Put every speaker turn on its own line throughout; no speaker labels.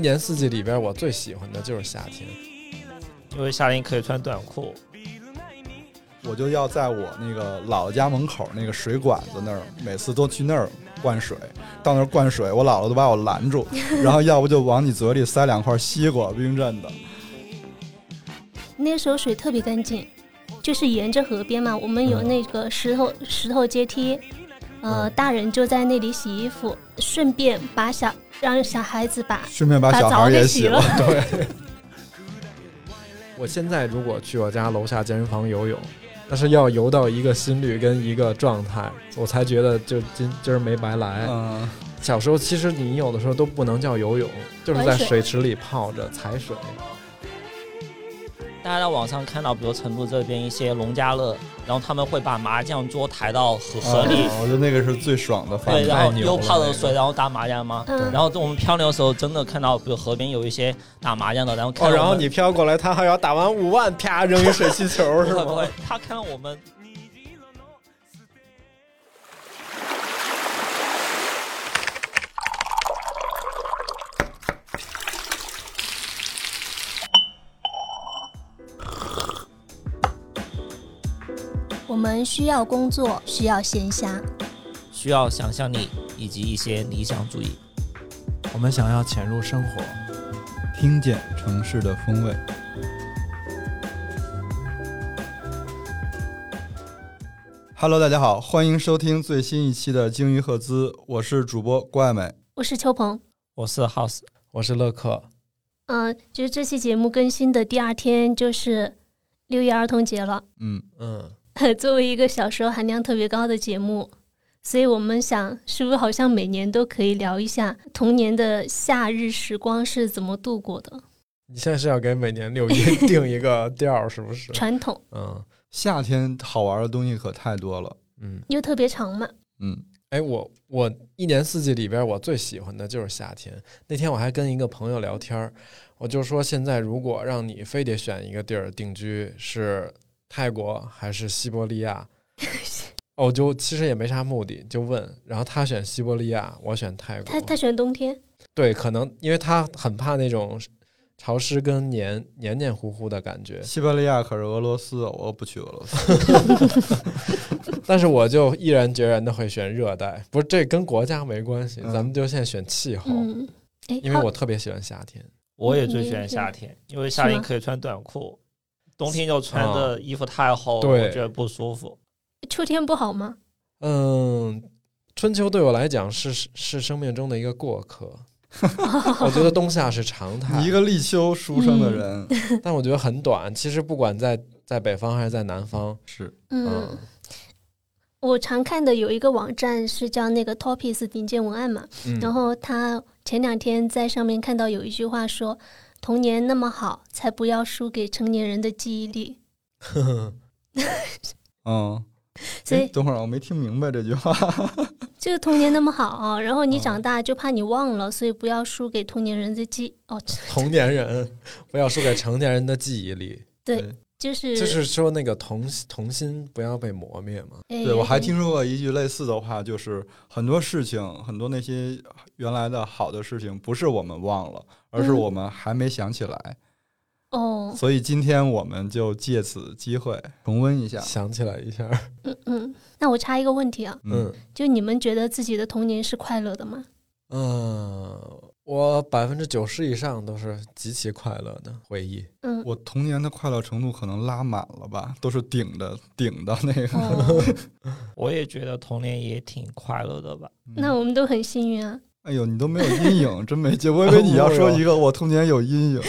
年四季里边，我最喜欢的就是夏天。
因为夏天可以穿短裤。
我就要在我那个姥姥家门口那个水管子那儿，每次都去那儿灌水。到那儿灌水，我姥姥都把我拦 住，然后要不就往你嘴里塞两块西瓜冰镇的。
那时候水特别干净，就是沿着河边嘛，我们有那个石头、石头阶梯，呃，大人就在那里洗衣服，顺便把小让小孩子把
顺便把小孩
澡
儿
给
也
洗
洗
了。
我现在如果去我家楼下健身房游泳，但是要游到一个心率跟一个状态，我才觉得就今今儿没白来。
嗯，
小时候其实你有的时候都不能叫游泳，就是在
玩水
水池里泡着踩水。
大家在网上看到，比如成都这边一些农家乐，然后他们会把麻将桌抬到河河里，
啊我觉得那个是最爽的方
对，
式。
然后
太牛
又
了
泡
那个
着水，然后打麻将吗？
嗯
然后我们漂流的时候，真的看到，比如河边有一些打麻将的，然后看
哦，
到
然
我
后
们
你飘过来，他还要打完五万，啪扔一水气球是
不会不
吗
会？，他看到我们，
我们需要工作，需要闲暇，
需要想象力以及一些理想主义。
我们想要潜入生活，
听见城市的风味。Hello，大家好，欢迎收听最新一期的《鲸鱼赫兹》，我是主播郭爱美。
我是秋鹏。
我是 House，
我是乐克。
嗯、就是这期节目更新的第二天就是六一儿童节了。
嗯，
嗯，
作为一个小时候含量特别高的节目，所以我们想，是不是好像每年都可以聊一下童年的夏日时光是怎么度过的？
你现在是要给每年六一定一个调儿是不是？
传统
嗯
夏天好玩的东西可太多了。
嗯，
又特别长嘛，
嗯，
哎，我我一年四季里边，我最喜欢的就是夏天。那天我还跟一个朋友聊天儿，我就说现在如果让你非得选一个地儿定居，是泰国还是西伯利亚？哦，就其实也没啥目的，就问。然后他选西伯利亚，我选泰国。
他他选冬天，
对，可能因为他很怕那种潮湿跟黏黏黏糊糊的感觉。
西伯利亚可是俄罗斯，我不去俄罗斯。
但是我就毅然决然的会选热带，不是这跟国家没关系，
嗯
咱们就现在选气候，
嗯，哎，
因为我特别喜欢夏天。
我也最喜欢夏天，因为夏天可以穿短裤，冬天就穿的衣服太厚，
对
我觉得不舒服。
秋天不好吗？
嗯，春秋对我来讲是是是生命中的一个过客，
嗯
我觉得冬夏是常态
你一，个立秋书生的人，
嗯
但我觉得很短。其实不管在在北方还是在南方，
是
嗯，
嗯
我常看的有一个网站是叫那个 Topics 顶尖文案嘛，
嗯，
然后他前两天在上面看到有一句话说：“童年那么好，才不要输给成年人的记忆力。
嗯。”
所以
哎等会儿我没听明白这句 话。
这个童年那么好、啊然后你长大就怕你忘了，所以不要输给同年人的记哦，这
童年人不要输给成年人的记忆力，
对就是
就是说那个童童心不要被磨灭嘛。
哎
对，我还听说过一句类似的话，就是很多事情，很多那些原来的好的事情，不是我们忘了，而是
嗯
我们还没想起来。
哦，
所以今天我们就借此机会重温一下。
想起来一下，
嗯嗯，那我插一个问题啊，
嗯，
就你们觉得自己的童年是快乐的吗？
嗯，我百分之九十以上都是极其快乐的回忆。
嗯，
我童年的快乐程度可能拉满了吧，都是顶着顶到那个。
哦，
我也觉得童年也挺快乐的吧。
嗯
那我们都很幸运啊。
哎呦，你都没有阴影，真没劲。我以为你要说一个我童年有阴影。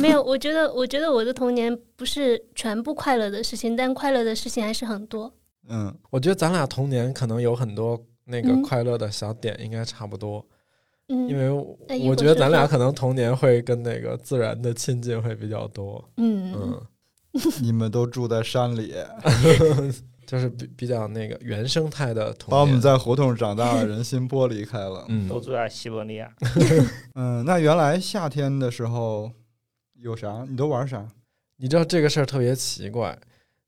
没有，我觉得，我觉得我的童年不是全部快乐的事情，但快乐的事情还是很多。
嗯，
我觉得咱俩童年可能有很多那个
嗯
快乐的小点，应该差不多，因
嗯
为我
哎一会
我
儿
觉得
说
咱俩
说
可能童年会跟那个自然的亲近会比较多。
嗯
嗯，
你们都住在山里，
就是比比较那个原生态的童年。
把我们在胡同长大的人心剥离开了。
嗯
都住在西伯利 亚，
嗯，那原来夏天的时候有啥？你都玩啥？
嗯
你知道这个事儿特别奇怪，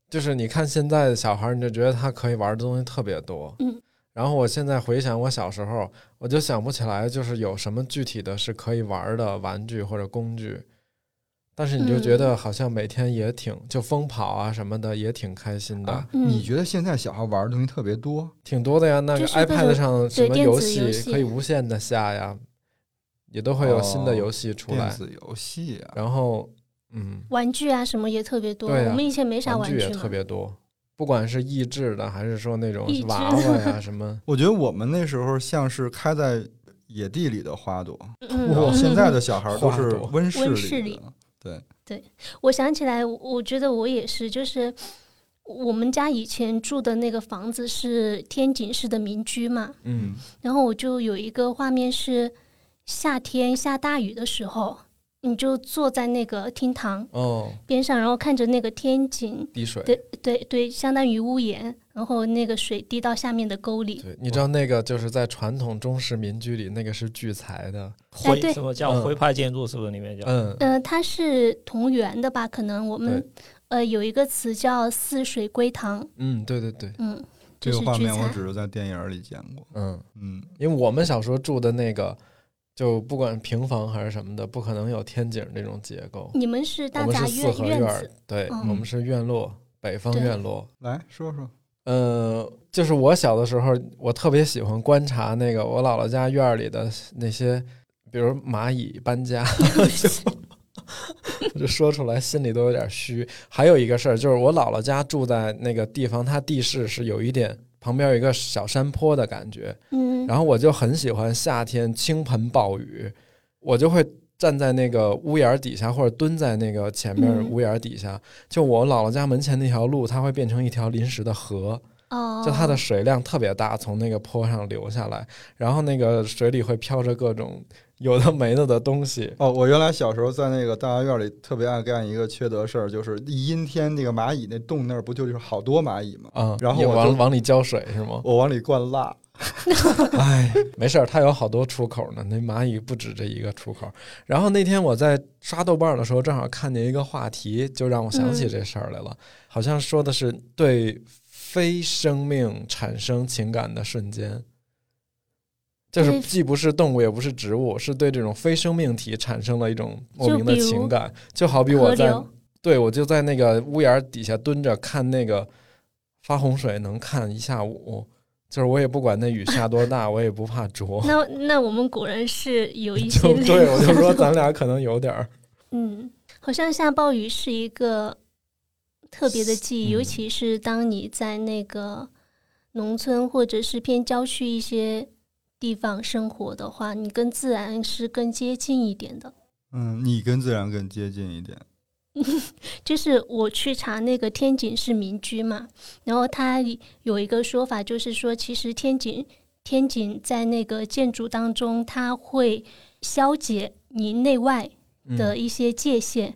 就是你看现在的小孩儿，你就觉得他可以玩的东西特别多，
嗯，
然后我现在回想我小时候，我就想不起来就是有什么具体的是可以玩的玩具或者工具，但是你就
嗯
觉得好像每天也挺就疯跑啊什么的也挺开心的，
啊
嗯
你觉得现在小孩玩的东西特别多？
挺多的呀。那
就
个
是各种
iPad 上什么
对电子游
戏
戏
可以无限的下呀，也都会有新的游戏出来。
哦电子游戏啊，
然后，嗯，
玩具啊什么也特别多。
对啊
我们以前没啥
玩具
具
也
嘛
特，别多，不管是益智的还是说那种
益智
娃娃呀什么，
我觉得我们那时候像是开在野地里的花朵，然后
嗯，
现在的小孩都是
花朵
温室
温室
里
里
的。
我想起来，我觉得我也是，就是我们家以前住的那个房子是天井式的民居嘛，
嗯，
然后我就有一个画面是夏天下大雨的时候，你就坐在那个厅堂
哦，
边上，然后看着那个天井，
滴水。
对对对，相当于屋檐，然后那个水滴到下面的沟里，
对，你知道那个就是在传统中式民居里，那个是聚财的，
徽
对
什么叫
嗯
徽派建筑？是不是里面叫？
嗯，
呃，它是同源的吧？可能我们呃有一个词叫“似水归堂
嗯，对对对”，，
嗯，
这
就
个
是
画
聚
面我
财。
只是在电影里见过。
嗯，
嗯，
因为我们小时候住的那个，就不管平房还是什么的，不可能有天井那种结构，
你们是
我
大
们是
杂
四
院
合
院
儿
子，，
对，
嗯
我们是院落，北方
对
院落，
来说说，
呃，就是我小的时候，我特别喜欢观察那个我姥姥家院儿里的那些，比如蚂蚁搬家， 就我就说出来心里都有点虚。还有一个事儿，就是我姥姥家住在那个地方，它地势是有一点旁边有一个小山坡的感觉，
嗯，
然后我就很喜欢夏天倾盆暴雨，我就会站在那个屋檐儿底下，或者蹲在那个前面
嗯
屋檐儿底下。就我姥姥家门前那条路，它会变成一条临时的河，
哦，
就它的 水量特别大，从那个坡上流下来，然后那个水里会飘着各种有的没的的东西。
哦，我原来小时候在那个大杂院里特别爱干一个缺德事儿，就是一阴天那个蚂蚁那洞那儿不就是好多蚂蚁吗？
嗯，
然后
你
我就
往往里浇水是吗？
我往里灌蜡，
哎，没事儿，它有好多出口呢。那蚂蚁不止这一个出口。然后那天我在刷豆瓣儿的时候，正好看见一个话题，就让我想起这事儿来了。
嗯
好像说的是对非生命产生情感的瞬间，就是
对
既不是动物，也不是植物，是对这种非生命体产生了一种莫
就
名的
比如
情感。就好比我
河
在
流，
对我就在那个屋檐儿底下蹲着看那个发洪水，能看一下午。就是我也不管那雨下多大， 我也不怕着。
那那我们果然是有一些
就
类
对我就
似
说咱俩可能有点儿，
嗯，好像下暴雨是一个特别的记忆，尤
嗯
其是当你在那个农村或者是偏郊区一些地方生活的话，你跟自然是更接近一点的。
嗯，你跟自然更接近一点。
就是我去查那个天井是民居嘛，然后它有一个说法，就是说其实天井天井在那个建筑当中，它会消解你内外
嗯
的一些界限，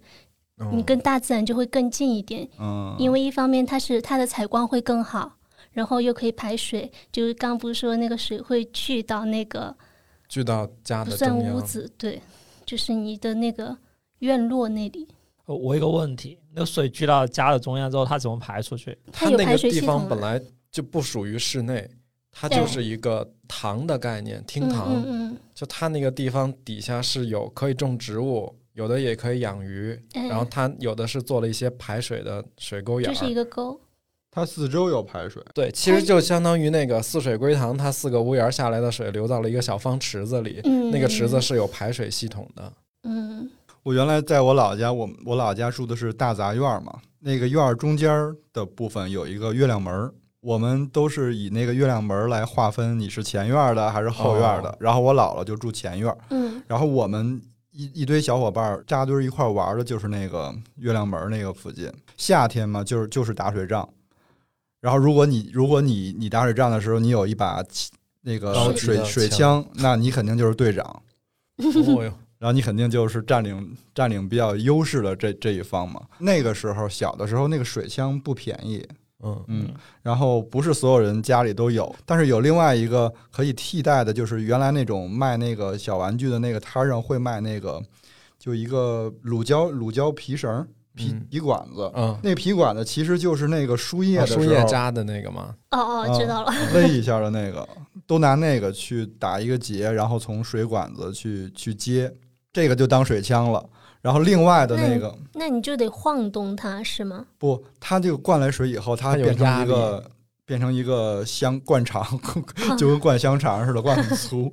嗯
你跟大自然就会更近一点。
嗯，
啊
因为一方面它是它的采光会更好，然后又可以排水，就是刚不是说那个水会去到那个
聚到家
不
的
算
中
屋
央，
子，对，就是你的那个院落那里，
呃我有一个问题，那水聚到家的中央之后，它怎么排出去？
它
有
那
排
个
水
地
系
方
统
本
的。
来就不属于室内，它就是一个堂的概念，厅
嗯
堂。
嗯嗯，
就它那个地方底下是有可以种植物，有的也可以养鱼，
哎
然后它有的是做了一些排水的水沟眼
就
儿。
是一个沟，
它四周有排水，
对，其实就相当于那个四水归堂，它四个屋檐儿下来的水流到了一个小方池子里，
嗯，
那个池子，是有排水系统 的。
嗯，
我原来在我老家，我我老家住的是大杂院儿嘛，那个院儿中间儿的部分有一个月亮门儿，我们都是以那个月亮门儿来划分你是前院儿的还是后院儿的。
哦
然后我姥姥就住前院儿，
嗯
然后我们一一堆小伙伴儿扎堆儿一块儿玩儿的就是那个月亮门儿那个附近。夏天嘛，就是就是打水仗。然后如果你如果你你打水仗的时候，你有一把那
高
个
级
水
的
水
枪
枪，那你肯定就是队长。
哦哟，
然后你肯定就是占领占领比较优势的这这一方嘛。那个时候小的时候，那个水枪不便宜，
嗯，
嗯，然后不是所有人家里都有，但是有另外一个可以替代的，就是原来那种卖那个小玩具的那个摊儿上会卖那个，就一个乳胶乳胶皮绳儿，皮
嗯
皮管子，
嗯，
那皮管子其实就是那个输液
啊
的时候嗯
输液扎的那个吗？
哦哦，
啊
知道了。
勒一下的那个，都拿那个去打一个结，然后从水管子去去接，这个就当水枪了。然后另外的那个
那你就得晃动它，是吗？
不，它这个灌来水以后，它
它有
变成
压啊
一个变成一个香灌肠，就跟灌香肠似的，灌很粗，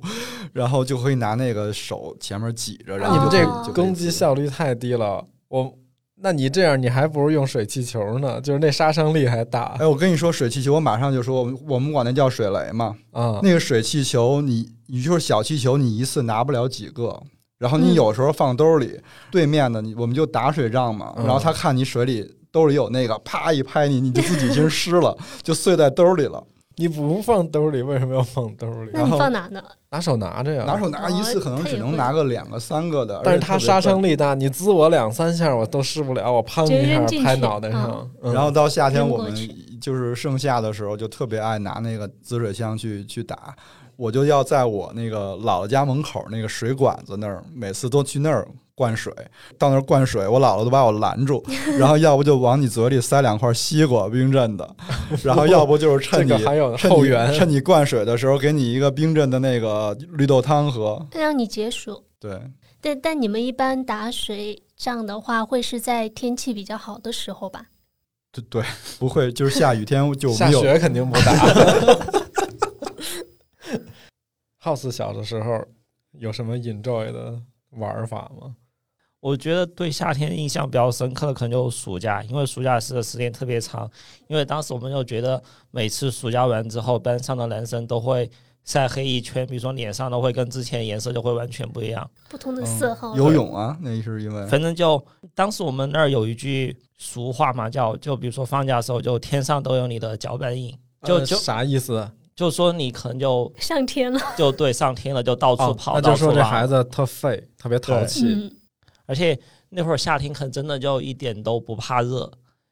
然后就可以拿那个手前面挤着，然
你
后
们
就
这
可以就可以
攻击
挤
效率太低了，我。那你这样，你还不如用水气球呢，就是那杀伤力还大
哎，我跟你说，水气球，我马上就说，我们我们管那叫水雷嘛。
啊！
那个水气球你，你就是小气球，你一次拿不了几个。然后
嗯
你有时候放兜里，对面的你我们就打水仗嘛。
嗯
然后他看你水里兜里有那个，啪一拍你，你就自己已经湿了，就碎在兜里了。
你不放兜里，为什么要放兜里？
那你放哪呢？
拿手拿着呀，
拿手拿一
哦
次可能只能拿个两个三个的，
但
而
是
且
它
特别
杀
笨
伤。力大，你滋我两三下我都施不了，我砰
直接
一
扔进
下拍
去
脑袋上
嗯，
嗯
然后到夏天
扔
我
过
们
去
就是盛夏的时候，就特别爱拿那个滋水枪去去打。我就要在我那个姥姥家门口那个水管子那儿，每次都去那儿灌水。到那儿灌水，我姥姥都把我拦 住，然后要不就往你嘴里塞两块西瓜冰镇 的，然后要不就是
这
趁你
个还有
趁
后
你
援，
趁你灌水的时候给你一个冰镇的那个绿豆汤喝。
让你解暑。
对，
但但你们一般打水仗的话，会是在天气比较好的时候吧？
对对，不会就是下雨天就
下
没有
雪肯定不打。House 小的时候有什么 enjoy 的玩法吗？
我觉得对夏天印象比较深刻的可能就是暑假，因为暑假是时间特别长。因为当时我们就觉得每次暑假完之后，班上的男生都会晒黑一圈，比如说脸上都会跟之前颜色就会完全不一样。
不同
嗯
的 色号、
游泳啊，那是因为
反正就当时我们那儿有一句俗话嘛，叫就比如说放假的时候，就天上都有你的脚本印，就
呃
就
啥意思？
就说你可能就
上天了。
就对上天了，就到处
哦，
跑，
那
到
就
处
说这孩
玩。
子特废，特别淘
对
气，
嗯，
而且那会儿夏天可能真的就一点都不怕热，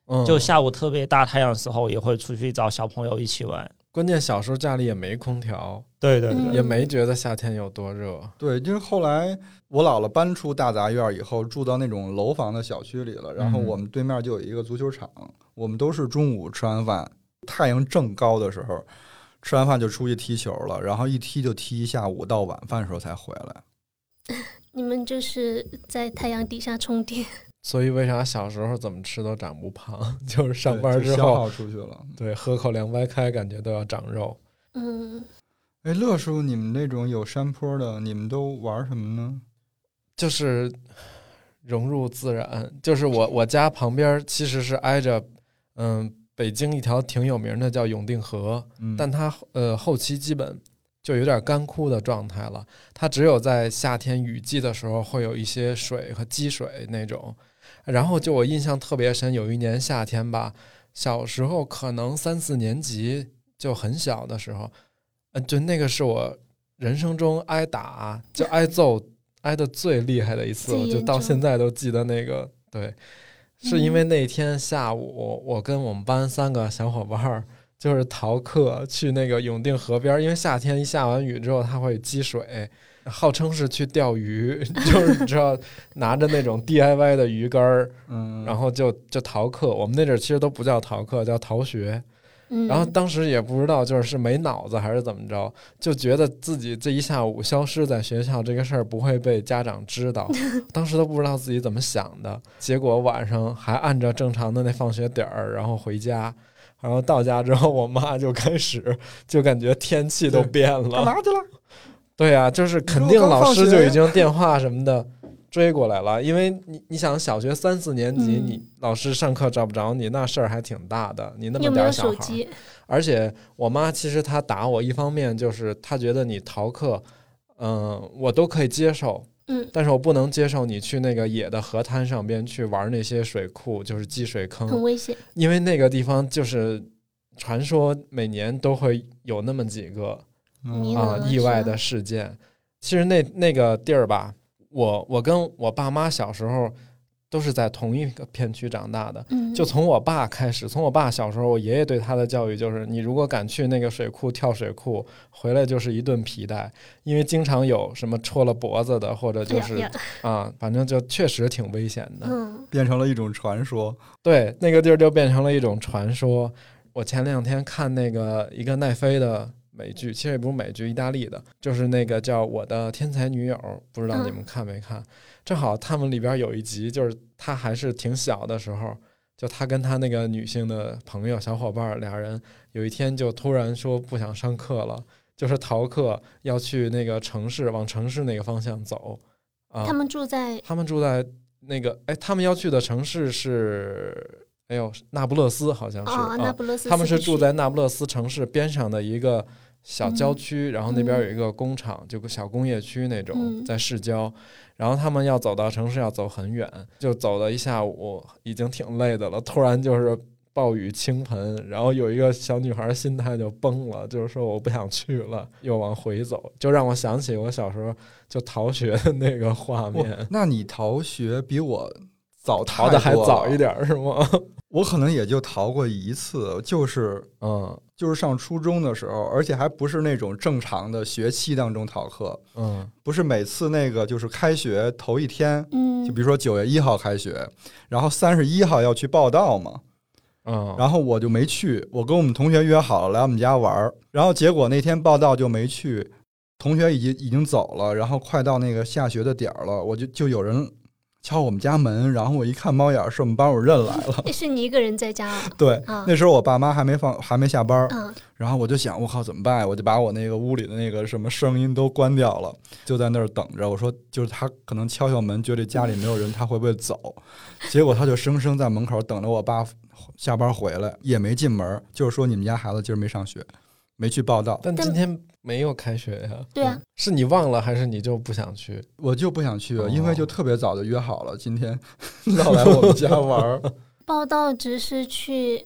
嗯，
就下午特别大太阳的时候，也会出去找小朋友一起玩。
关键小时候家里也没空调，
对对
对嗯
也没觉得夏天有多热。
对，就是后来我姥姥搬出大杂院以后，住到那种楼房的小区里了。然后
嗯
我们对面就有一个足球场，我们都是中午吃完饭，太阳正高的时候，吃完饭就出去踢球了。然后一踢就踢一下午，到晚饭的时候才回来。
你们就是在太阳底下充电。
所以为啥小时候怎么吃都长不胖？ 就是上
对
班
就
之
消
后，
耗出去了。
对，喝口凉白开，感觉都要长肉。
嗯，
哎，乐叔，你们那种有山坡的，你们都玩什么呢？
就是融入自然。就是我我家旁边儿其实是挨着，嗯，北京一条挺有名的叫永定河，
嗯，
但它呃后期基本就有点干枯的状态了。它只有在夏天雨季的时候会有一些水和积水那种。然后就我印象特别深，有一年夏天吧，小时候可能三四年级就很小的时候，呃，就那个是我人生中挨打就挨揍挨的最厉害的一次，
最
我就
严
到
重
现在都记得那个对。是因为那天下午，我跟我们班三个小伙伴儿就是逃课去那个永定河边儿，因为夏天一下完雨之后，它会积水，号称是去钓鱼， 就是你知道拿着那种 DIY 的鱼竿儿，
嗯，
然后就就逃课。我们那阵儿其实都不叫逃课，叫逃学。
嗯，
然后当时也不知道就是是没脑子还是怎么着，就觉得自己这一下午消失在学校这个事儿不会被家长知道，当时都不知道自己怎么想的。结果晚上还按照正常的那放学点儿，然后回家。然后到家之后，我妈就开始就感觉天气都变
干
了。
嘛去了？
对啊，就是肯定老师就已经电话什么的追过来了，因为你你想小学三四年级，
嗯
你老师上课找不着你，那事儿还挺大的。你那
有
么
没
点
有
儿小
手
孩儿，
机？
而且我妈其实她打我，一方面就是她觉得你逃课，嗯、我都可以接受，
嗯
但是我不能接受你去那个野的河滩上边去玩那些水库，就是积水
很
坑，
危险。
因为那个地方就是传说每年都会有那么几个
嗯
迷
啊
了
意
是
外
吧
的事件。其实那那个地儿吧，我我跟我爸妈小时候都是在同一个片区长大的。
嗯，
就从我爸开始，从我爸小时候，我爷爷对他的教育就是：你如果敢去那个水库跳水库，回来就是一顿皮带，因为经常有什么戳了脖子的，或者就
哎呀
是
呀
啊，反正就确实挺危险的。
嗯
变成了一种传说。
对，那个地儿就变成了一种传说。我前两天看那个一个奈飞的美剧，其实也不是美剧，意大利的，就是那个叫《我的天才女友》，不知
嗯
道你们看没看？正好他们里边有一集，就是他还是挺小的时候，就他跟他那个女性的朋友小伙伴儿俩人，有一天就突然说不想上课了，就是逃课要去那个城市，往城市那个方向走。啊、
他们住在
他们住在那个，哎，他们要去的城市是，哎呦，那不勒斯好像是
哦，那
啊，
不勒斯，
他们是住在那不勒斯城市边上的一个小郊区，然后那边有一个工厂，就个小工业区那种，
嗯
在市郊。然后他们要走到城市要走很远，就走了一下午，已经挺累的了。突然就是暴雨倾盆，然后有一个小女孩心态就崩了，就是说我不想去了，又往回走，就让我想起我小时候就逃学的那个画
哇
面。
那你逃学比我早
逃的还
太多
早
了
一，点儿是吗？
我可能也就逃过一次，就是
嗯
就是上初中的时候，而且还不是那种正常的学期当中逃课，
嗯
不是每次那个就是开学头一天，
嗯，
就比如说九月一号开学，然后三十一号要去报到嘛，
嗯，
然后我就没去，我跟我们同学约好了来我们家玩儿，然后结果那天报到就没去，同学已经已经走了，然后快到那个下学的点儿了，我就就有人敲我们家门，然后我一看猫眼儿是我们班主任来了，
是你一个人在家啊
对，
啊，
那时候我爸妈还没放还没下班儿，
嗯
然后我就想我靠怎么办呀？我就把我那个屋里的那个什么声音都关掉了，就在那儿等着。我说就是他可能敲敲门，觉得家里没有人，他会不会走？结果他就生生在门口等着我爸下班回来，也没进门，就是说你们家孩子今儿没上学，没去报道，
但
但
今天没有开学呀。
对啊
嗯，是你忘了还是你就不想去？
我就不想去
哦，
因为就特别早就约好了今天 要来我们 家玩儿。
报到只是去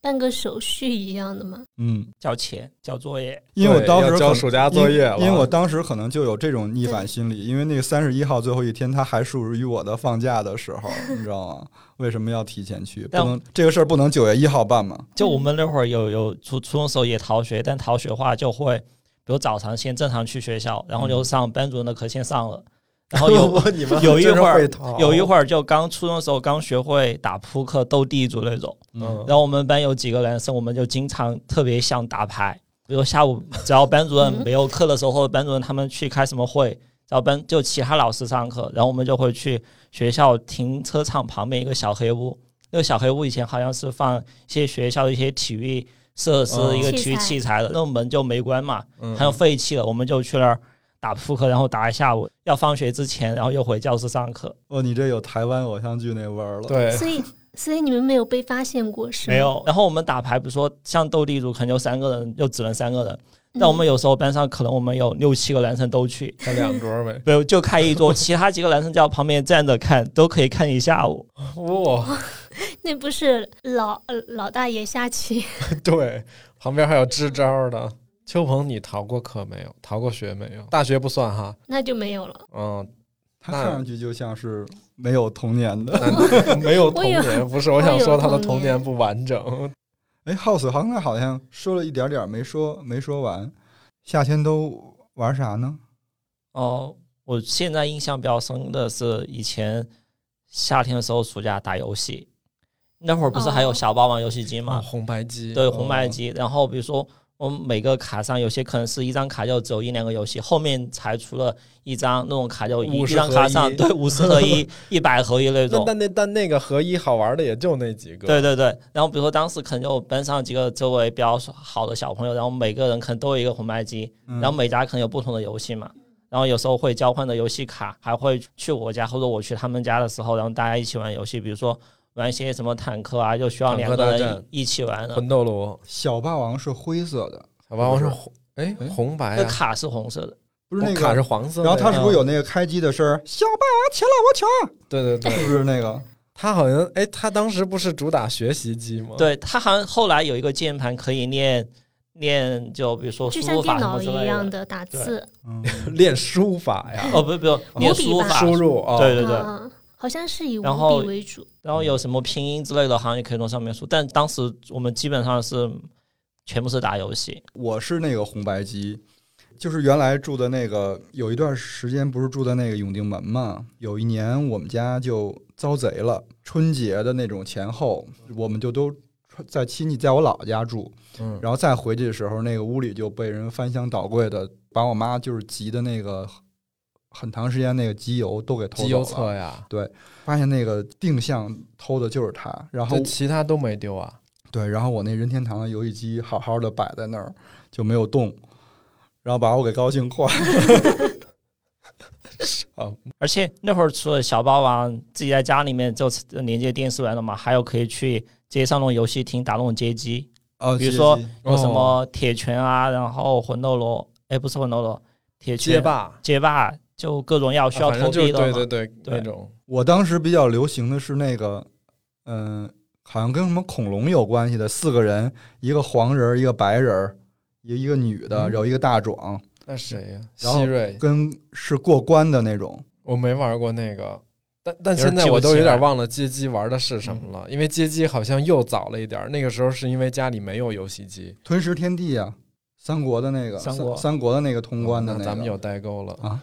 办个手续一样的嘛，
嗯，
交钱、交作业，
因为我当
对
时
要
可
交
能
暑假作业了
因因为我当时可能就有这种逆反心理，因为那个三十一号最后一天，它还属于我的放假的时候，你知道吗？为什么要提前去？不
但
能这个事儿不能九月一号办嘛？
就我们那会儿有有初初中时候也逃学，但逃学的话就会，比如早上先正常去学校，然后就上班主任的课先 上了，然后有
哦你 们
有一
真是
会儿
会逃
有一会儿就刚初中的时候刚学会打扑克、斗地主那种。
嗯
然后我们班有几个男生，我们就经常特别想打牌，比如下午只要班主任没有课的时候，或者班主任他们去开什么会，然后班就其他老师上课，然后我们就会去学校停车场旁边一个小黑屋。那个小黑屋以前好像是放一些学校的一些体育设施、
嗯
一个
器
体育
材
器材的，那门就没关嘛，
嗯
它就废弃了，我们就去那儿打扑克，然后打一下午。要放学之前，然后又回教室上课。
哦，你这有台湾偶像剧那味儿了。，
对
所以所以你们没有被发现过是吗
没，有。然后我们打牌，比如说像斗地主，可能就三个人，就只能三个人。
嗯
但我们有时候班上可能我们有六七个男生都去，
开两桌 呗。
没有就开一 桌，其他几个男生就在旁边站着看，都可以看一下午。
哇，
那不是老呃老大爷下棋，
对，旁边还有支招的。秋鹏，你逃过课没有？逃过学没有？大学不算哈。
那就没有了。
嗯，
他看上去就像是没有童年的。
那没有童
我
年，不是我
我
想
有
说他的
童
童
年
年不完 整。
哎，House 好像好像说了一点点儿，没说没说完。夏天都玩啥呢？
哦，我现在印象比较深的是以前夏天的时候，暑假打游戏，那会儿不是还有
哦
小霸王游戏机
啊
吗？
红白机，
对，红
嗯
白机。然后比如说，我们每个卡上有些可能是一张卡就只有一两个游戏，后面才出了一张那种卡就一一
50
张卡上
合一
对五十合 一、一百合一那
那
种。
但那但那个合一好玩的也就那几个。
对对对，然后比如说当时可能就班上几个周围比较好的小朋友，然后每个人可能都有一个红白机，
嗯、
然后每家可能有不同的游戏嘛，然后有时候会交换的游戏卡，还会去我家或者我去他们家的时候，然后大家一起玩游戏，比如说玩一些什么坦克啊，就需要
坦
两
克
个
大
人
战
一一起玩的，
魂斗罗，
小霸王是灰色的，
小霸王是
不是
红，哎
哎，
红白
那
啊
呀，
卡是红色的。
不是那个
哦卡是黄色的嗯
然
呀。
后它是不是有那个开机的声儿？小霸王抢了我抢，
对对对，
是不是那个？
他好像哎，他当时不是主打学习机吗？，
对，它好像后来有一个键盘可以念念，就比如说输
就
入
像
法
电
什么
脑
之
一
类
样
的。
的打字，
嗯，
练书法呀，
哦，不不，
笔
念输入
吧
法
输。入啊，
对
哦
对对，
嗯，好像是以
然后
五笔为主。
然后有什么拼音之类的，好像也可以从上面输。但当时我们基本上是全部是打游戏，
我是那个红白机，就是原来住的那个，有一段时间不是住在那个永定门嘛？有一年我们家就遭贼了，春节的那种前后，我们就都在亲戚在我姥姥家住，
嗯，
然后再回去的时候，那个屋里就被人翻箱倒柜的，把我妈就是急的那个很长时间那个机油都给偷
机油
走
册
了。
呀，
发现那个定向偷的就是它，然后
这其他都没丢啊。
对，然后我那任天堂的游戏机好好的摆在那儿就没有动，然后把我给高兴坏了。
而且那会儿除了小霸王自己在家里面就连接电视玩了嘛，还有可以去街上那种游戏厅打那种街机，
哦，
比如
街
说
机
有什
哦
么铁拳啊，然后魂斗罗，哎，不是魂斗罗，铁拳、
街霸，
街霸就各种要需要
啊反正
投
就是
币的嘛。
对对对，
对
那种
我当时比较流行的是那个，嗯、好像跟什么恐龙有关系的，四个人，一个黄人儿，一个白人儿，一个一个女的，
嗯
然后一个大壮，
那谁呀？
然后
希瑞，
跟是过关的那种。
我没玩过那个，但
有点
但现在
记不
我都
起
有点
来
忘了街机玩的是什么了，因为街机好像又早了一点儿。那个时候是因为家里没有游戏机，
吞食天地啊，三国的那个，
三
三
国
三国的那个通关的
哦
那
那
个，
咱们有代沟了。
啊，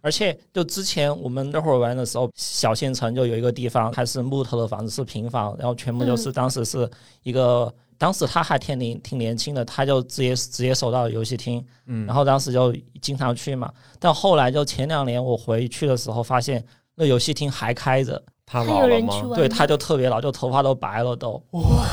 而且就之前我们那会儿玩的时候，小县城就有一个地方，它是木头的房子，是平房，然后全部就是当时是一个，当时他还挺年挺年轻的，他就直接直接守到游戏厅，
嗯，
然后当时就经常去嘛。但后来就前两年我回去的时候，发现那游戏厅还开着，
他
还
老
有
了
人去
吗？
玩，
对，他就特别老，就头发都白了都。
哇，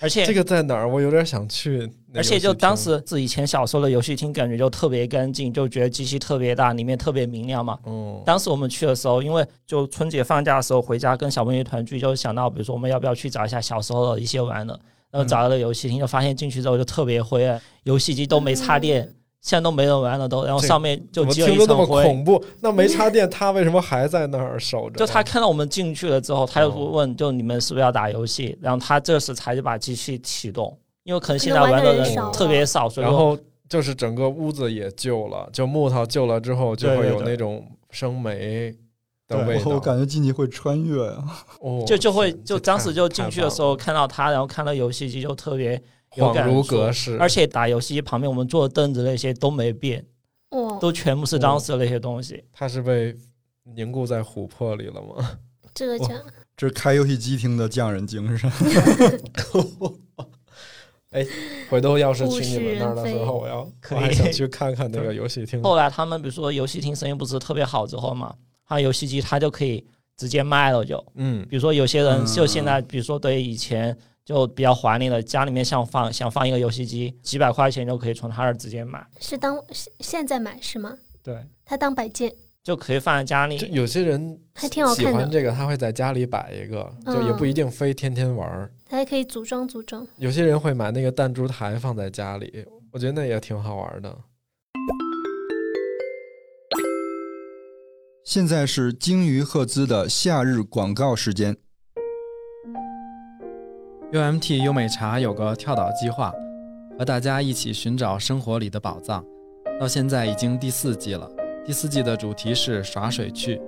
而且
这个在哪儿？我有点想去那
而
游戏厅。
且就当时自己以前小时候的游戏厅，感觉就特别干净，就觉得机器特别大，里面特别明亮嘛。
嗯，
当时我们去的时候，因为就春节放假的时候回家跟小朋友团聚，就想到比如说我们要不要去找一下小时候的一些玩的，然
嗯
后找到了游戏厅，就发现进去之后就特别灰暗，游戏机都没插电，现在都没人玩了都，然后
这
上面就
怎么
只有
听
一
着那
层
么
灰。
恐怖？那没插电，他为什么还在那儿守着？
就他看到我们进去了之后，他就
哦
问，就你们是不是要打游戏？然后他这时才就把机器启动，因为可能现在
可能
玩
玩
的
的人
少
人
了
特别少，所以
然
说
后就是整个屋子也旧了，就木头旧了之后，就
对
会
对
有
对
那种生霉的味
我我
道。
感觉进去会穿越啊，
哦
就就会
天
就
这
当
太
时就
太
进去的
棒
时候
了
看到他，然后看到游戏机就特别有
恍
感
如
触
隔世，
而且打游戏机旁边我们坐的凳子那些都没变，
哦，
都全部是当时的那些东西。
它是被凝固在琥珀里了吗？
这个
哇
讲
这是开游戏机厅的匠人精神。
哎回头要是
物
去
是
你们那儿
人
的时
非
候，我要
可
我还
以
想去看看那个游戏 厅。
后来他们比如说游戏厅生意不是特别好之后嘛，他游戏机他就可以直接卖了就。
嗯，
比如说有些人
嗯
就现在，比如说对以前就比较怀念的，家里面想放想放一个游戏机，几百块钱就可以从他那儿直接买，
是当现现在买是吗？
对，
他当摆件
就可以放在家里
就。有些人
还挺好
喜
看
欢
的，
这个，他会在家里摆一个，就也不一定非天天玩儿。
他还可以组装组装。
有些人会买那个弹珠台放在家里，我觉得那也挺好玩的。
现在是鲸鱼赫兹的夏日广告时间。
UMT 优美茶有个跳岛计划，和大家一起寻找生活里的宝藏。到现在已经第四季了，第四季的主题是耍水去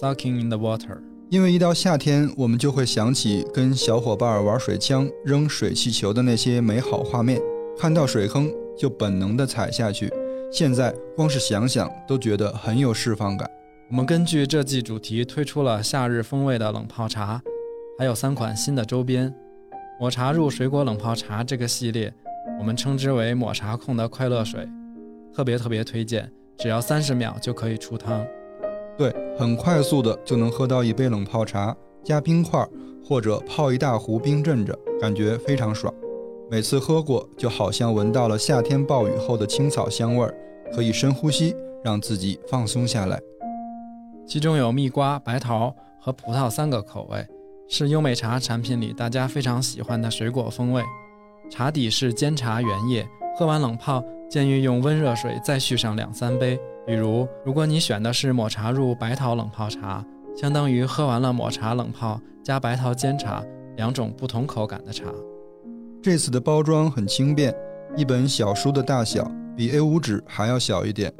（Sucking in the Water）。
因为一到夏天，我们就会想起跟小伙伴玩水枪、扔水气球的那些美好画面，看到水坑就本能的踩下去。现在光是想想都觉得很有释放感。
我们根据这季主题推出了夏日风味的冷泡茶，还有三款新的周边。抹茶入水果冷泡茶这个系列，我们称之为抹茶控的快乐水，特别特别推荐，只要三十秒就可以出汤。
对，很快速的就能喝到一杯冷泡茶，加冰块或者泡一大壶冰镇着，感觉非常爽。每次喝过，就好像闻到了夏天暴雨后的青草香味儿，可以深呼吸，让自己放松下来。
其中有蜜瓜、白桃和葡萄三个口味，是优美茶产品里大家非常喜欢的水果风味。茶底是煎茶原液，喝完冷泡建议用温热水再续上两三杯。比如，如果你选的是抹茶入白桃冷泡茶，相当于喝完了抹茶冷泡加白桃煎茶两种不同口感的茶。
这次的包装很轻便，一本小书的大小，比 A 5纸还要小一点。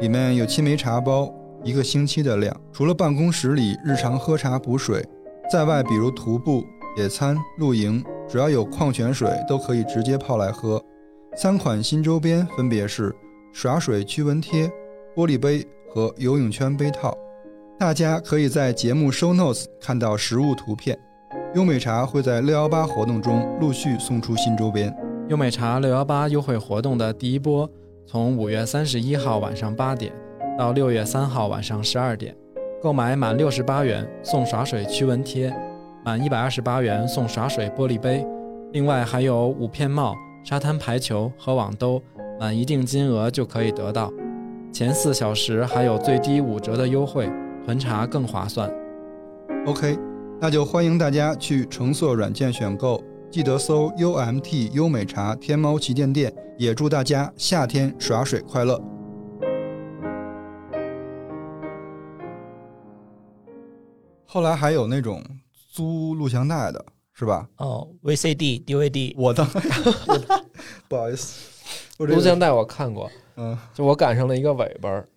里面有青梅茶包、一个星期的量。除了办公室里日常喝茶补水，在外比如徒步、野餐、露营，只要有矿泉水都可以直接泡来喝。三款新周边分别是耍水驱蚊贴、玻璃杯和游泳圈杯套。大家可以在节目 show notes 看到实物图片。优美茶会在六幺八活动中陆续送出新周边。
优美茶六幺八优惠活动的第一波，从五月三十一号晚上八点到六月三号晚上十二点，购买满六十八元送耍水驱蚊贴，满一百二十八元送耍水玻璃杯，另外还有五片帽、沙滩排球和网兜，满一定金额就可以得到。前四小时还有最低五折的优惠，囤茶更划算。
OK，那就欢迎大家去橙色软件选购，记得搜 UMT 优美茶天猫旗舰店。也祝大家夏天耍水快乐！后来还有那种租录像带的，是吧？
哦，VCD、DVD，
我当， 不好意思，我这
录
个
像带我看过，
嗯，
就我赶上了一个尾巴儿，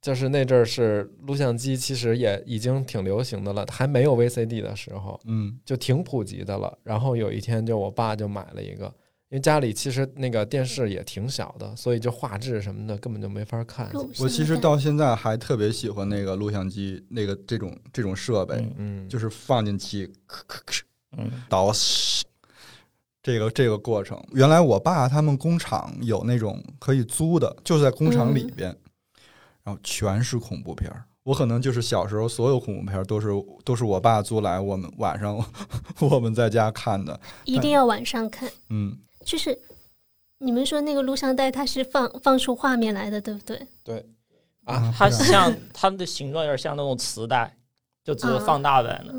就是那阵儿是录像机，其实也已经挺流行的了，还没有 VCD 的时候，
嗯
就挺普及的了。然后有一天，就我爸就买了一个，因为家里其实那个电视也挺小的，所以就画质什么的根本就没法看。
哦
我其实到现在还特别喜欢那个录像机那个这种这种设备，
嗯
嗯，
就是放进去，咔咔咔
嗯，
倒这个这个过程。原来我爸他们工厂有那种可以租的，就是在工厂里边，然后全是恐怖片儿。我可能就是小时候所有恐怖片儿都是都是我爸租来，我们晚上 我们在家看的。
一定要晚上看，
嗯，
就是你们说那个录像带它是放放出画面来的，对不对？
啊
它
是
像它的形状有点像那种磁带，就只有放大版的。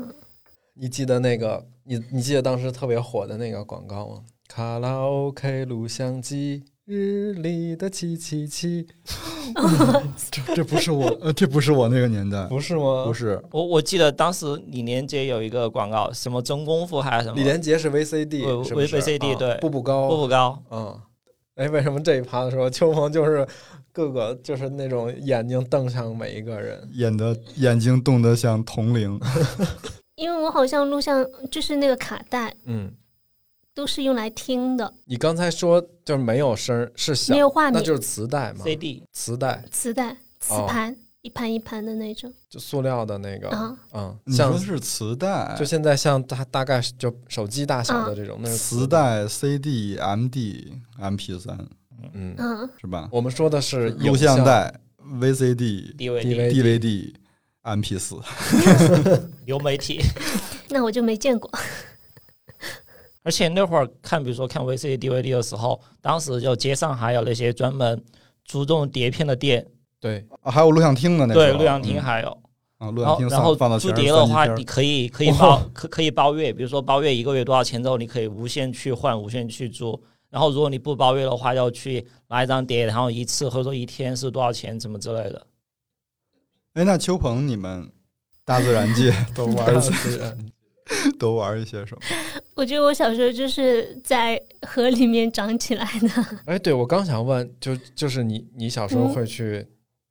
你记得那个你你记得当时特别火的那个广告吗？卡拉 OK 录像机，日历的七七七，
这这不是我，呃，这不是我那个年代，
不是吗？
不。是。
我我记得当时李连杰有一个广告，什么真功夫还是什么，
李连杰是 VCD，
呃
是不是
VCD
啊
对
步步高，
步步高，
嗯，哎，为什么这一趴的时候，秋鹏就是各个就是那种眼睛瞪向每一个人？
演的眼睛冻得像铜铃，
因为我好像录像就是那个卡带
嗯，
都是用来听的，
你刚才说就是没有声儿，是小
没，有画
那
面，
就是磁带嘛，
CD
磁带
磁带、磁盘、一盘一盘的那种
就塑料的那个，
啊。
嗯，
你说
像
的是磁带，
就现在像大大概就手机大小的这种，那
嗯
是
磁，带、CD、MD、MP 三
嗯，
嗯，
是吧？
我们说的是影
录像，带、
DVD
VCD、
DVD
DVD、MP 四。
流媒体，
那我就没见过。
而且那会儿看，比如说看 VCD、DVD 的时候，当时就街上还有那些专门租这种碟片的店，
对，
啊，还有录像厅的那
对，
时候
录像厅还有。
啊，录
然
像
后
厅
然后
放放到
租
全是
碟的
三级
话，
片儿
你可以可以包可可以包月，比如说包月一个月多少钱之后，你可以无限去换，无限去租。然后如果你不包月的话，要去拿一张碟，然后一次或者说一天是多少钱，什么之类的。。
哎，那秋鹏，你们大自然界都 玩一些
是
都玩一些什么？
我觉得我小时候就是在河里面长起来的，
哎，对我刚想问，就就是你你小时候
嗯
会去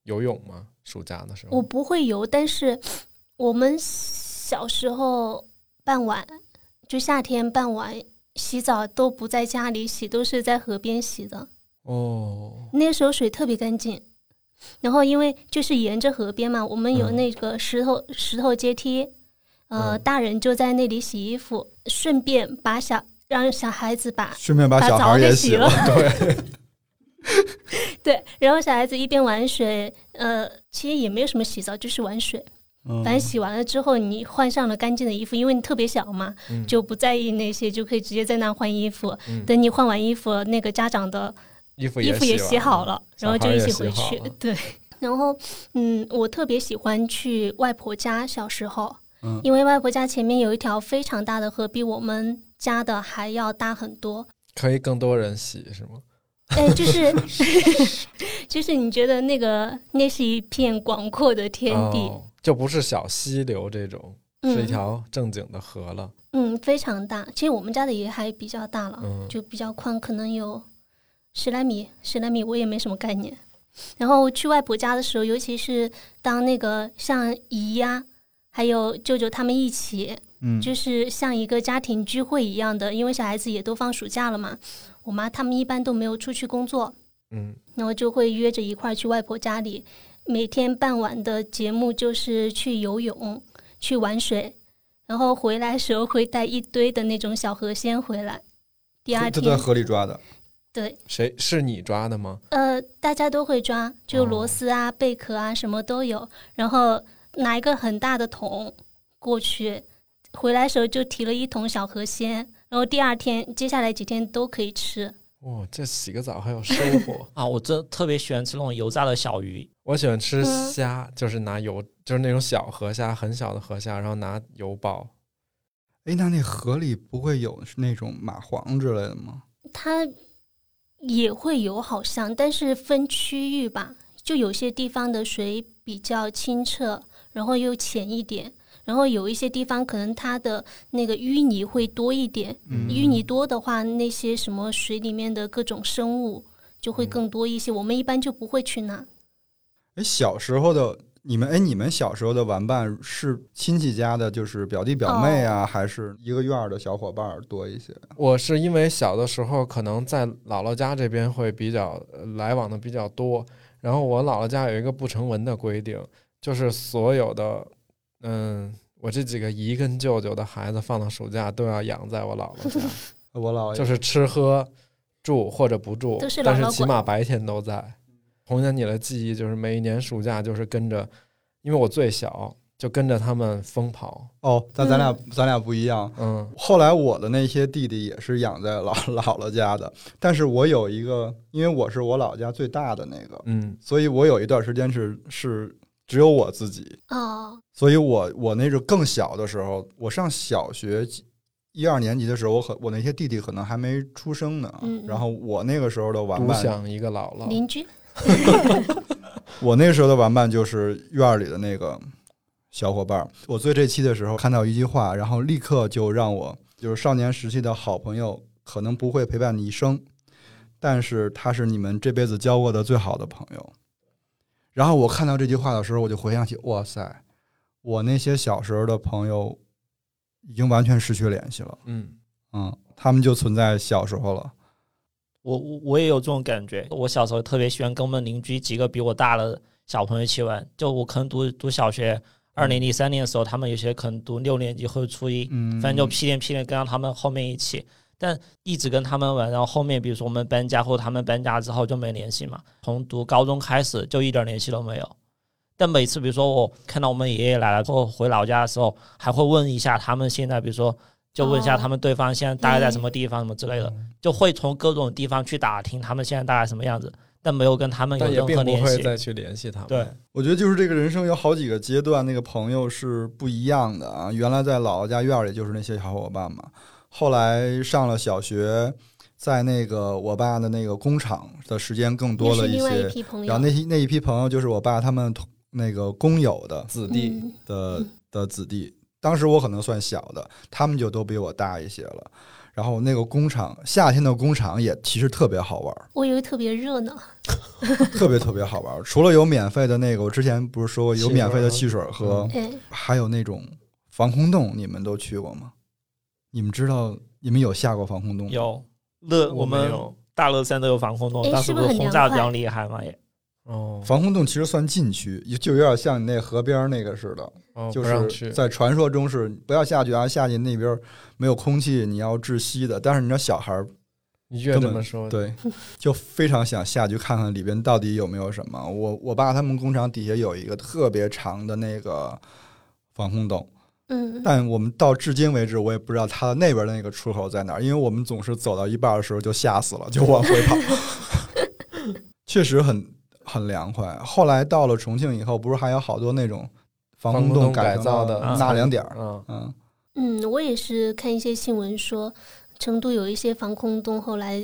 游泳吗？暑假的时
我
候，
不会游，但是我们小时候傍晚，就夏天傍晚洗澡都不在家里洗，都是在河边洗的。
哦，
那时候水特别干净，然后因为就是沿着河边嘛，我们有
嗯
那个石头、石头阶梯，呃，
嗯
大人就在那里洗衣服，顺便把小让小孩子把
顺便把小孩
澡
儿
给
也
洗
了，
对，
对，然后小孩子一边玩水，呃，其实也没有什么洗澡，就是玩水。
嗯
反正洗完了之后，你换上了干净的衣服，因为你特别小嘛，
嗯
就不在意那些，就可以直接在那换衣服。
嗯
等你换完衣服，那个家长的
衣服
衣服也洗
洗
好
了。
了，
小
然后
孩
就
儿
一
也
起
洗
回
好
去
了。
对，然后嗯，我特别喜欢去外婆家，小时候，
嗯
因为外婆家前面有一条非常大的河，比我们家的还要大很 多。
可以更多人洗是吗？
哎，就是 就是你觉得那个那是一片广阔的天地，嗯
哦、就不是小溪流这种，是一条正经的河了。
嗯嗯，非常大。其实我们家的也还比较大了，
嗯
就比较宽，可能有十来米，十来米我也没什么概念。然后去外婆家的时候，尤其是当那个像姨呀、还有舅舅他们一起，
嗯，
就是像一个家庭聚会一样的，因为小孩子也都放暑假了嘛。我妈他们一般都没有出去工作，
嗯，
然后就会约着一块儿去外婆家里。每天傍晚的节目就是去游泳、去玩水，然后回来时候会带一堆的那种小河鲜回来。第二
就
天
在河里抓的，
对，
谁是你抓的吗？
呃，大家都会抓，就
哦
螺丝啊、贝壳啊，什么都有。然后拿一个很大的桶过去，回来时候就提了一桶小河鲜，然后第二天、接下来几天都可以吃。
哇、这洗个澡还有收 获
啊，我真特别喜欢吃那种油炸的小鱼，
我喜欢吃
嗯
虾，就是拿油，就是那种小河虾，很小的河虾，然后拿油爆。
哎，那那河里不会有那种蚂蟥之类的吗？
它也会有好像，但是分区域吧，就有些地方的水比较清澈，然后又浅一点。然后有一些地方可能它的那个淤泥会多一点，
嗯
淤泥多的话，那些什么水里面的各种生物就会更多一些。我们一般就不会去那。
哎，小时候的你们，哎，你们小时候的玩伴是亲戚家的，就是表弟表妹啊，还是一个院儿的小伙伴儿多一些？
我是因为小的时候可能在姥姥家这边会比较呃来往的比较多，然后我姥姥家有一个不成文的规定，就是所有的，嗯，我这几个姨跟舅舅的孩子放到暑假都要养在我姥姥家，
我姥
就
爷
是吃喝住或者不住
都是，
但
姥
是
姥
起
管
码白天都在。童年里的记忆就是每一年暑假就是跟着，因为我最小，就跟着他们疯跑，
哦，但咱俩、咱俩不一样，
嗯
后来我的那些弟弟也是养在姥 姥姥家的，但是我有一个，因为我是我姥家最大的那个，
嗯，
所以我有一段时间是是只有我自己，
哦，
所以我我那是更小的时候，我上小学一二年级的时候，我可我那些弟弟可能还没出生呢，啊
嗯嗯
然后我那个时候的玩
独
伴，
享一个姥姥，
邻居
我那时候的玩伴就是院儿里的那个小伙伴儿。我做这期的时候看到一句话，然后立刻就让我就是少年时期的好朋友，可能不会陪伴你一生，但是他是你们这辈子交过的最好的朋友。然后我看到这句话的时候，我就回想起，哇塞，我那些小时候的朋友已经完全失去联系了，
嗯。
嗯，他们就存在小时候了。
我我我也有这种感觉。我小时候特别喜欢跟我们邻居几个比我大的小朋友一起玩，就我可能读读小学
嗯
二年级、三年级的时候，他们有些可能读六年级或者初一，
嗯，
反正就屁颠屁颠跟到他们后面一起，但一直跟他们玩，然后后面比如说我们搬家或者他们搬家之后就没联系嘛，从读高中开始就一点联系都没有。但每次比如说我看到我们爷爷奶奶或回老家的时候，还会问一下他们现在，比如说就问一下
哦
他们对方现在大概在
嗯
什么地方什么之类的，就会从各种地方去打听他们现在大概什么样子，但没有跟他们有
但也
任
并
何
不
联
会
系。
再去联系他们。
对，
我觉得就是这个人生有好几个阶段，那个朋友是不一样的啊。原来在姥姥家院儿里就是那些小伙伴嘛，后来上了小学，在那个我爸的那个工厂的时间更
又
多了
是
一
另外一
些，
批朋
然
友
后。那些那一批朋友就是我爸他们同那个工友的
子弟，
嗯，
的的子弟，当时我可能算小的，他们就都比我大一些了。然后那个工厂，夏天的工厂也其实特别好玩儿，
我以为特别热闹。
特别特别好玩儿。除了有免费的那个，我之前不是说过有免费的
汽嗯
汽水儿喝，
哎，
还有那种防空洞，你们都去过吗？你们知道你们有下过防空洞吗？
有乐我
嗯没
们
有
大乐山都有防空洞
诶，
当
是
时
不
不
是
是
很
轰炸比
凉
较
快
厉害嘛，也
哦，
防空洞其实算禁区，就有点像你那河边儿那个似的，
哦
就
不让
是
去，
在传说中是不要下去啊，下去那边儿没有空气，你要窒息的。但是你知道小孩儿
你越
根
这
本
么说，
对，就非常想下去看看里边到底有没有什么。我我爸他们工厂底下有一个特别长的那个防空洞，
嗯，
但我们到至今为止，我也不知道它的那边的那个出口在哪儿，因为我们总是走到一半的时候就吓死了，就往回跑。 确实很很凉快。后来到了重庆以后，不是还有好多那种防
空
空
洞
洞
改
成
造
了
的
纳凉点儿，
嗯，
嗯，
嗯，我也是看一些新闻说，成都有一些防空洞，后来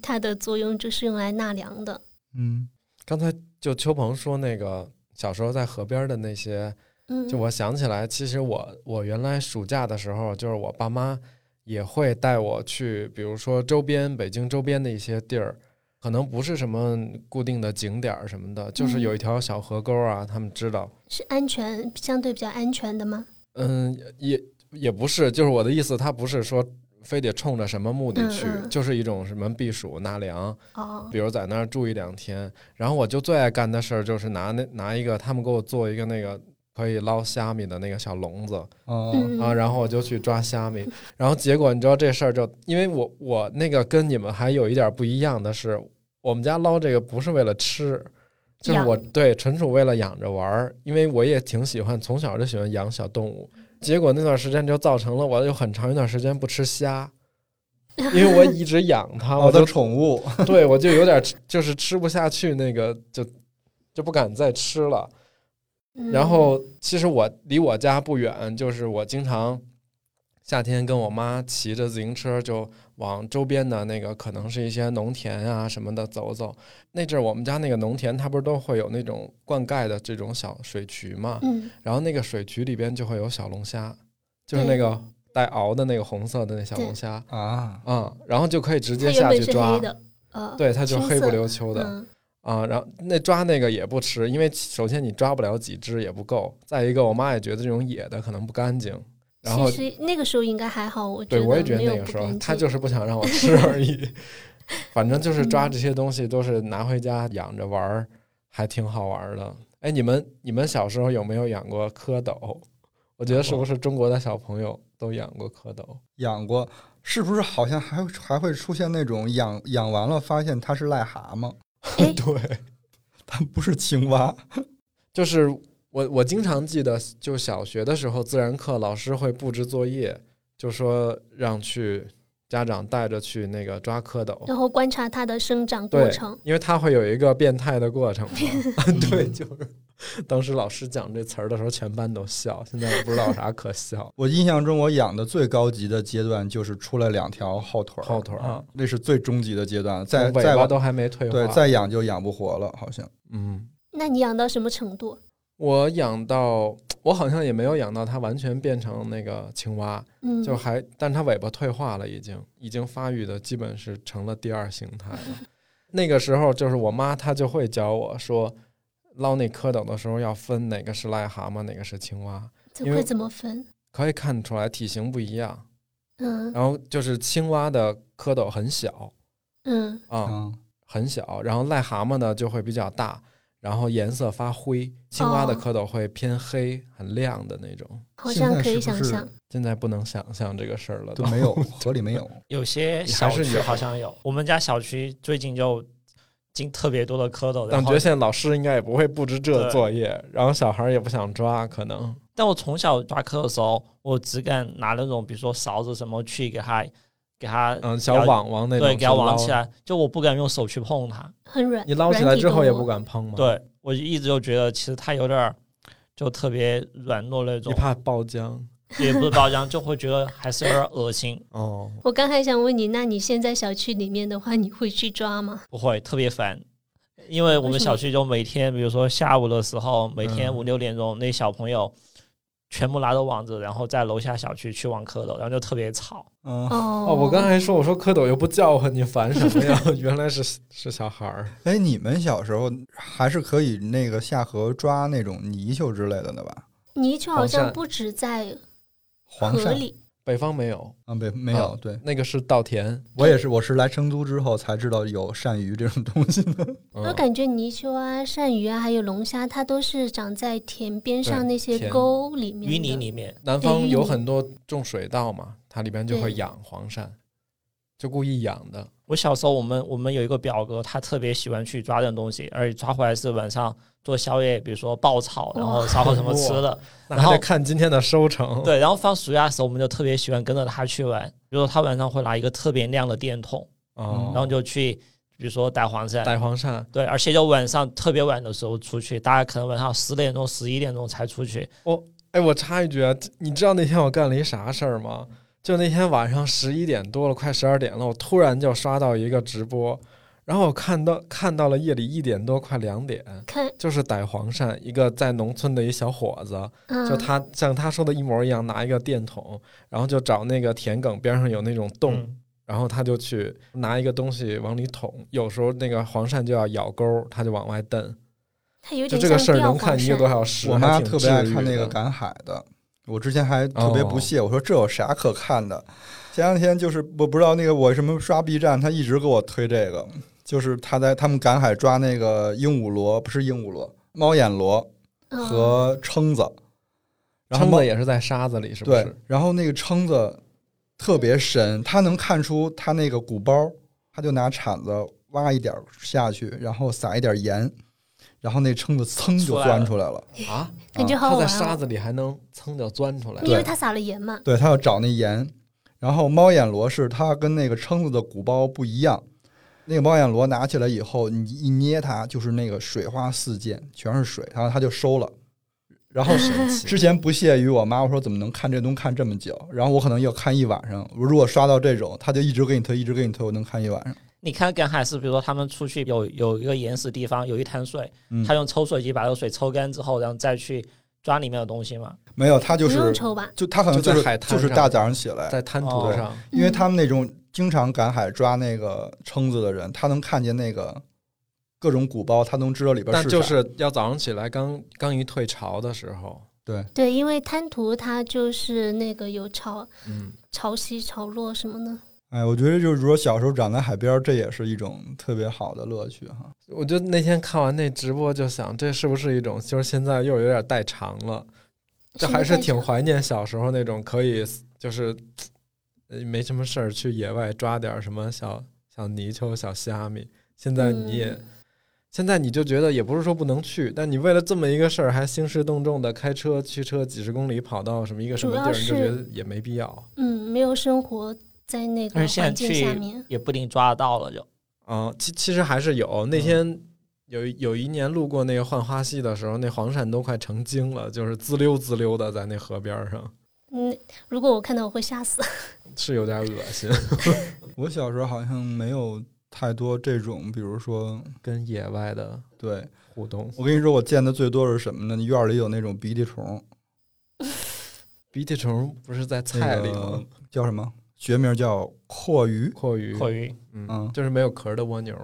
它的作用就是用来纳凉的。
嗯，
刚才就秋鹏说那个小时候在河边的那些，
嗯，
就我想起来，其实我我原来暑假的时候，就是我爸妈也会带我去，比如说周边北京周边的一些地儿，可可能不是什么固定的景点儿什么的，就
嗯
是有一条小河沟啊，他们知道。
是安全相对比较安全的吗？
嗯，也也不是，就是我的意思，他不是说非得冲着什么目的
嗯
去，
嗯
就是一种什么避暑纳凉，
哦，
比如在那儿住一两天。然后我就最爱干的事儿就是拿那拿一个，他们给我做一个那个可以捞虾米的那个小笼子，
哦，
嗯
啊，
嗯
然后我就去抓虾米，然后结果你知道这事儿就，因为我我那个跟你们还有一点不一样的是，我们家捞这个不是为了吃，就是
养
我对纯属为了养着玩儿，因为我也挺喜欢，从小就喜欢养小动物。结果那段时间就造成了我有很长一段时间不吃虾，因为我一直养它，
我
我就
的宠物，
对我就有点吃就是吃不下去那个就就不敢再吃了。
嗯
然后其实我离我家不远，就是我经常夏天跟我妈骑着自行车就往周边的那个可能是一些农田啊什么的走走。那阵儿我们家那个农田，它不是都会有那种灌溉的这种小水渠嘛，
嗯
然后那个水渠里边就会有小龙虾，就是那
对
个带螯的那个红色的那小
对
龙虾
啊，
啊、嗯，然后就可以直
它
接
原
下
本
去
是
抓
黑，的，呃，
对，它就
青
黑不
色
溜秋的。
嗯，
啊，然后那抓那个也不吃，因为首先你抓不了几只也不够，再一个我妈也觉得这种野的可能不干净，然后
其实那个时候应该还好，我
对我也觉得
没有
那个
不
时候
干
她
净
就是不想让 我吃而已，反正就是
嗯
抓这些东西都是拿回家养着玩儿，还挺好玩儿的。哎，你们你们小时候有没有养过蝌蚪？我觉得是不是中国的小朋友都养过蝌蚪？
养过，是不是好像还会还会出现那种养养完了发现它是癞蛤蟆，
哎
对，
它不是青蛙，。
就是我我经常记得，就小学的时候，自然课老师会布置作业，就说让去家长带着去那个抓蝌蚪，
然后观察它的生长过
对
程，，
因为它会有一个变态的过程嘛。 对，就是当时老师讲这词儿的时候，全班都笑，现在也不知道有啥可笑
我印象中，我养的最高级的阶段就是出了两条后腿儿，
后腿儿
啊，那是最终极的阶段，再
尾
再
巴都还没退化。
对，再养就养不活了，好像
嗯，
那你养到什么程度？
我养到我好像也没有养到它完全变成那个青蛙，
嗯，
就还，但它尾巴退化了，已经已经发育的基本是成了第二形 态了。那个时候就是我妈她就会教我说，捞那蝌蚪的时候要分哪个是癞蛤蟆，哪个是青蛙，
这
因为
会怎么分？
可以看出来体型不一样。
嗯
然后就是青蛙的蝌蚪很小
嗯
啊、
嗯，
很小，然后癞蛤蟆呢就会比较大，然后颜色发灰，青蛙的
哦
蝌蚪会偏黑很亮的那种。
好
现
像
在
可以
是不
想
是
象，
现在不能想象这个事儿了都
都没有 河里没 有，
有些小
还是
区
有
好像有，我们家小区最近就进特别多的蝌蚪，然
但
后
觉得现在老师应该也不会布置这
对
作业，然后小孩儿也不想抓，可能
但我从小抓蝌蚪的时候，我只敢拿那种比如说勺子什么去给它给它
嗯，小网网那种
对给它
去
网
捞
起，来，就我不敢用手去碰它。
很软。
你捞起
软
来
体
之后
动
也
物
不。敢碰吗？，
对我就一直就觉得其实它有点儿就特别软糯那
你
种，
怕爆浆
也不是包浆，就会觉得还是有点儿恶心，
哦。
我刚还想问你，那你现在小区里面的话，你会去抓吗？
不会特别烦。因为我
为
们
什
小
么
区就每天，比如说下午的时候，每天
嗯
五六点钟，那小朋友全部拿着网子，然后在楼下小区去网蝌蚪，然后就特别吵。
嗯，
哦
哦，我刚才说我说蝌蚪又不叫唤，你烦什么呀？ 原来是是小孩儿，
哎，你们小时候还是可以那个下河抓那种泥鳅之类的的吧？
泥鳅
黄
好像
鳝
不止在
黄
河
鳝
里，
北方没有，
啊，没没有，
啊
对
那个是稻田。
我也是，我是来成都之后才知道有鳝鱼这种东西的，
我
嗯，
感觉泥鳅啊、鳝鱼啊，还有龙虾，它都是长在田边上
对
那些
田
沟里面的。
淤泥里面，
南方
对
有
淤泥
很多种水稻嘛，它里边就
嗯
会
对
养黄鳝，就故意养的。
我小时候我们我们有一个表哥，他特别喜欢去抓这种东西，而且抓回来是晚上做宵夜，比如说爆炒，然后烧烤什么吃的。
那
然
还得
后
看今天的收成。
对，然后放暑假的时候，我们就特别喜欢跟着他去玩，比如说他晚上会拿一个特别亮的电筒，
哦，
嗯然后就去，比如说逮黄鳝，
逮黄鳝，
对，而且就晚上特别晚的时候出去，大概可能晚上十点钟、十一点钟才出去。
哎，我插一句啊，你知道那天我干了一啥事儿吗？就那天晚上十一点多了，快十二点了，我突然就刷到一个直播，然后我看到看到了夜里一点多，快两点，
看，
就是逮黄鳝，一个在农村的一小伙子，
嗯，
就他像他说的一模一样，拿一个电筒，然后就找那个田埂边上有那种洞，
嗯
然后他就去拿一个东西往里捅，有时候那个黄鳝就要咬钩，他就往外蹬。
它有
就
点
这个
像
事儿
钓
能
黄
看一个多
鳝，
小时，
我
还
妈
挺
特别爱
治愈
看那
的哦
个赶海的，我之前还特别不屑，我说这有啥可看的？前两天就是我不知道那个我什么刷 B 站，他一直给我推这个，就是他在他们赶海抓那个鹦鹉螺，不是鹦鹉螺，猫眼螺
嗯
和蛏子，然后
蛏
猫
子也是在沙子里，是不
对
是？，
哦
然后那个蛏子特别深，它能看出它那个鼓包，它就拿铲子挖一点儿下去，然后撒一点盐，然后那蛏子噌就
出来
钻
了
出来了。
啊，
感觉好
它
好
在
玩
沙
哦，
子里还能噌就钻出来。
因为它撒了盐嘛。
对，它要找那盐。然后猫眼螺是它跟那个蛏子的鼓包不一样，那个猫眼螺拿起来以后，你一捏它就是那个水花四溅，全是水，然后它就收了。然后之前不屑于我妈，我说怎么能看这东西看这么久？然后我可能要看一晚上。我如果刷到这种，它就一直给你推，一直给你推，我能看一晚上。
你看赶海是，比如说他们出去有有一个岩石地方有一滩水，
嗯
他用抽水机把这个水抽干之后，然后再去抓里面的东西嘛。
没有，它就
不用
是
抽吧，
就它可能
就在
就是
海滩
就是
上
大早上起来，
在滩涂
哦
上，
因
嗯
为他们那种经常赶海抓那个蛏子的人，他能看见那个各种鼓包，他能知道里边
但
是
就
啥
是要早上起来刚刚一退潮的时候，
对，因为滩涂它就是那个有潮
嗯，
潮汐、潮落什么的。
哎，我觉得就是说小时候长在海边儿，这也是一种特别好的乐趣哈。
我就那天看完那直播就想，这是不是一种就是现在又有点代偿了？这还是挺怀念小时候那种可以就是呃没什么事儿去野外抓点儿什么小小泥鳅、小虾米。现在你也、
嗯
现在你就觉得也不是说不能去，但你为了这么一个事儿还兴师动众的开车驱车几十公里跑到什么一个什么地
主要
儿，你
是
就觉得也没必要
嗯，没有生活在那
但
个
是现在
环境下面
去。也不一定抓得到了就，
啊。其其实还是有那天。有一有一年路过那个浣花溪的时候，那黄鳝都快成精了，就是滋溜滋溜的在那河边儿上，
嗯，如果我看到我会吓死。
是有点恶心，
我小时候好像没有太多这种，比如说，
跟野外的
对
互动。
我跟你说，我见的最多是什么呢？你院儿里有那种鼻涕虫，
鼻涕虫不是在
那
菜里
个
吗？
叫什么？学名叫阔鱼。
阔鱼，
阔鱼
嗯
嗯，
就是没有壳的蜗牛。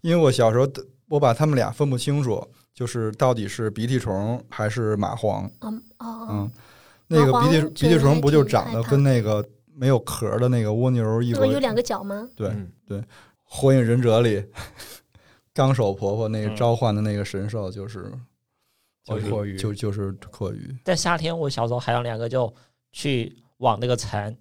因为我小时候的我把它们俩分不清楚，就是到底是鼻涕虫还是蚂蟥。
嗯哦，
嗯，那个鼻涕
蚂蟥
鼻涕虫不就长
这个
得
还挺害怕
跟那个没有壳儿的那个蜗牛一
那
模
么
一
有
样？
两个角吗？
对，
嗯
火影忍者》里 纲手婆婆那个
嗯
召唤的那个神兽就是
叫
就是
阔鱼
就就是阔鱼。
在夏天我小时候还有两个就去网那个蝉，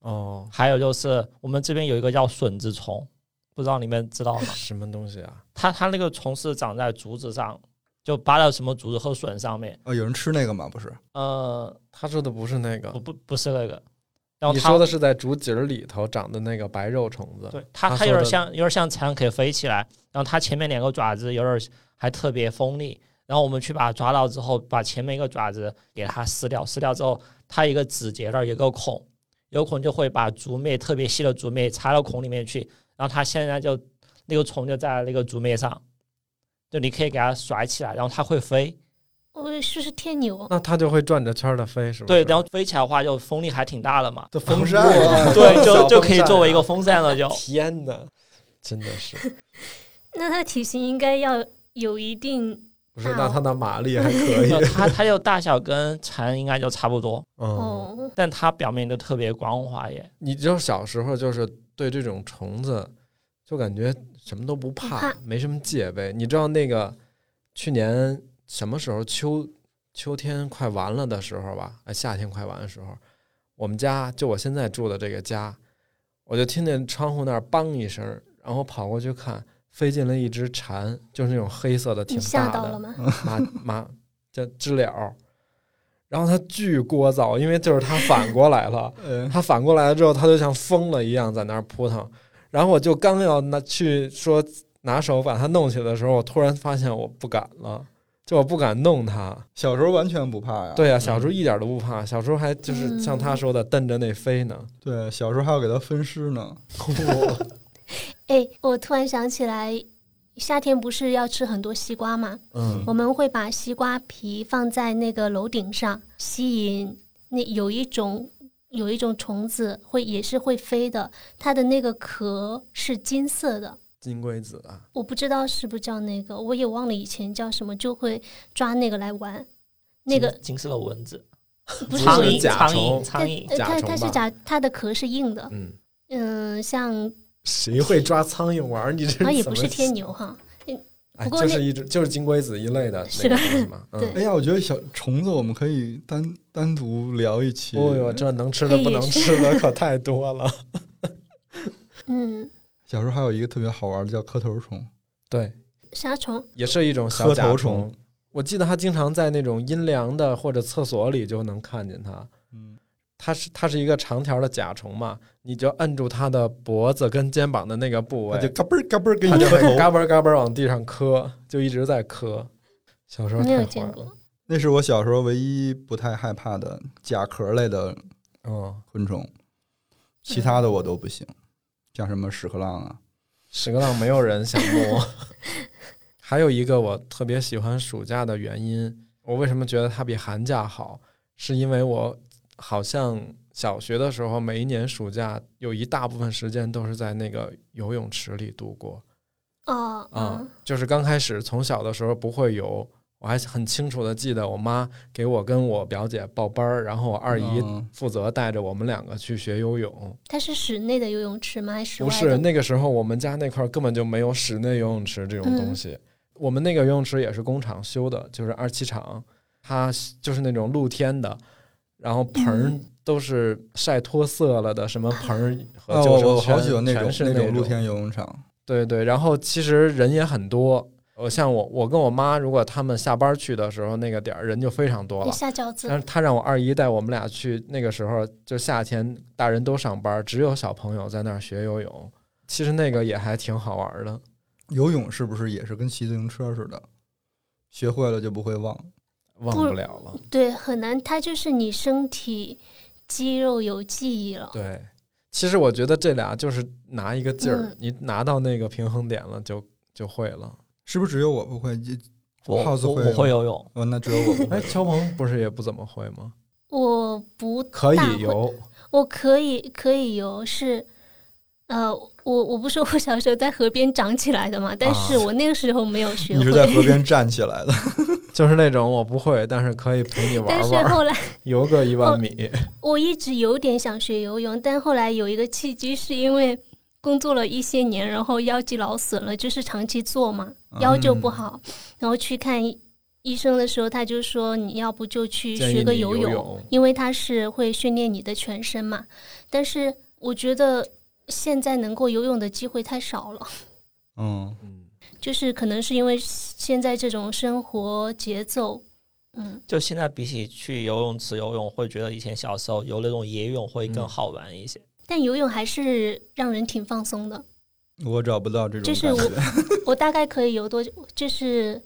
哦，
还有就是我们这边有一个叫笋子虫，不知道你们知道吗？
什么东西啊？
它它那个虫是长在竹子上，就扒到什么竹子和笋上面。
啊，有人吃那个吗？不是，。
呃，
他说的不是那个
不，不不是那个，然后
啊你
它
说的是在竹节儿里头长的那个白肉虫子。
对它
他
它
说
有点
的
像有点像蝉可以飞起来，然后它前面两个爪子有点还特别锋利，然后我们去把它抓到之后，把前面一个爪子给它撕掉，撕掉之后它一个指节那儿有个孔，有孔就会把竹篾特别细的竹篾插到孔里面去，然后它现在就那个虫就在那个竹篾上，就你可以给它甩起来，然后它会飞。
我是不是天牛？
那它就会转着圈儿的飞，是不
对
是？，
然后飞起来的话，就风力还挺大的嘛
这风扇啊
对，就就可以
啊
作为一个风扇了，就
天哪，真的是
那它的体型应该要有一定
不是？
大
那
哦
它的马力还 可以
没有。它它就大小跟蝉应该就差不多，
嗯，
哦，
但它表面就特别光滑耶。
你就小时候就是对这种虫子，就感觉什么都不
不
怕
怕，
没什么戒备。你知道那个去年什么时候秋秋天快完了的时候吧，哎，夏天快完的时候，我们家就我现在住的这个家，我就听见窗户那儿梆一声，然后跑过去看，飞进了一只蝉，就是那种黑色的，挺
你吓
大
到
的嗯
了吗？
麻麻叫知了，然后它巨聒噪，因为就是它反过来了。
呃，
他反过来了之后，他就像疯了一样在那儿扑腾。然后我就刚要拿去说拿手把它弄起来的时候，我突然发现我不敢了，就我不敢弄它。
小时候完全不怕呀。
对呀、小时候一点都不怕，小时候还
嗯
就是像他说的瞪着那飞 呢。
对，小时候还要给它分尸呢。
哎，我突然想起来，夏天不是要吃很多西瓜吗？
嗯
我们会把西瓜皮放在那个楼顶上，吸引那有一种有一种虫子会也是会飞的，它的那个壳是金色的，
金龟子啊，
我不知道是不是叫那个，我也忘了以前叫什么，就会抓那个来玩。那个
金金色的蚊子，
不是
苍
是
蝇，
甲
苍
虫
蝇，苍蝇，
呃它
甲虫
它是
吧
甲，它的壳是硬的。
嗯，
嗯，像
谁会抓苍蝇玩儿？你这
啊也
怎
不
么
是天牛哈，
哎，
不过
就
那
是一只就是金龟子一类的那
是
个
吧
东西嘛。嗯
对
哎呀，我觉得小虫子我们可以单单独聊一期。
哦哟，这能吃的
可以
不能吃的可太多了。
嗯，
小时候还有一个特别好玩的叫磕头虫，
对，
沙虫，
也是一种小
磕
甲
头
虫
虫。
我记得它经常在那种阴凉的或者厕所里就能看见它。
嗯，
它是它是一个长条的甲虫嘛，你就摁住它的脖子跟肩膀的那个部
它
位
就，嘎嘣儿嘎嘣儿给
它
你
就
磕
会
头。
嘎嘣儿嘎嘣儿往地上磕，就一直在磕。小时候
没有
太
见
坏
过
了，。
那是我小时候唯一不太害怕的甲壳类的
嗯，
昆虫，其他的我都不行，像什么屎壳郎啊，
屎壳郎没有人想摸。 还有一个我特别喜欢暑假的原因，我为什么觉得它比寒假好，是因为我好像小学的时候每一年暑假有一大部分时间都是在那个游泳池里度过
哦，
啊、
嗯
就是刚开始从小的时候不会游。我还很清楚的记得，我妈给我跟我表姐报班儿，然后我二姨
嗯
负责带着我们两个去学游泳。
它是室内的游泳池吗？还是室
不
外
是
的？
那个时候，我们家那块儿根本就没有室内游泳池这种东
嗯
西。我们那个游泳池也是工厂修的，就是二七厂，它就是那种露天的，然后盆儿
嗯
都是晒脱色了的，什么盆 儿和
啊，
救
我
生
我
圈，
好喜欢那种
全是那
种露天游泳场，
对对，然后其实人也很多。我像我，我跟我妈，如果他们下班去的时候，那个点儿人就非常多
你
了。
下饺子
但是她让我二姨带我们俩去，那个时候就夏天，大人都上班，只有小朋友在那儿学游泳。其实那个也还挺好玩的。
游泳是不是也是跟骑自行车似的？学会了就不会忘。
忘
不
不了了。
对，很难，它就是你身体肌肉有记忆了。
对，其实我觉得这俩就是拿一个劲儿，
嗯
你拿到那个平衡点了就就会了。
是不是只有我不会？就
我
耗子
我
会
我会
吗
游泳，
哦，那只有我不
哎，
会。
乔鹏不是也不怎么会吗？
我不
可
大会
以游，
我可以可以游是，呃，我我不是我小时候在河边长起来的嘛，但是我那个时候没有学
你
会，
是在河 边站起来的，
就是那种我不会，但是可以陪你
但
玩
是哦
玩，
后来
游个一万米。
我一直有点想学游泳，但后来有一个契机，是因为工作了一些年，然后腰肌劳损了，就是长期坐嘛，腰就不好，然后去看医医生的时候，他就说你要不就去
建议
学个
你
游
游泳
因为它是会训练你的全身嘛。但是我觉得现在能够游泳的机会太少了。
嗯，
嗯，
就是可能是因为现在这种生活节奏，嗯，
就现在比起去游泳池游泳，会觉得以前小时候游那种野泳会更
嗯
好玩一些。
但游泳还是让人挺放松的。
我找不到这种
就是
感
我
觉。
我大概可以游多久？就是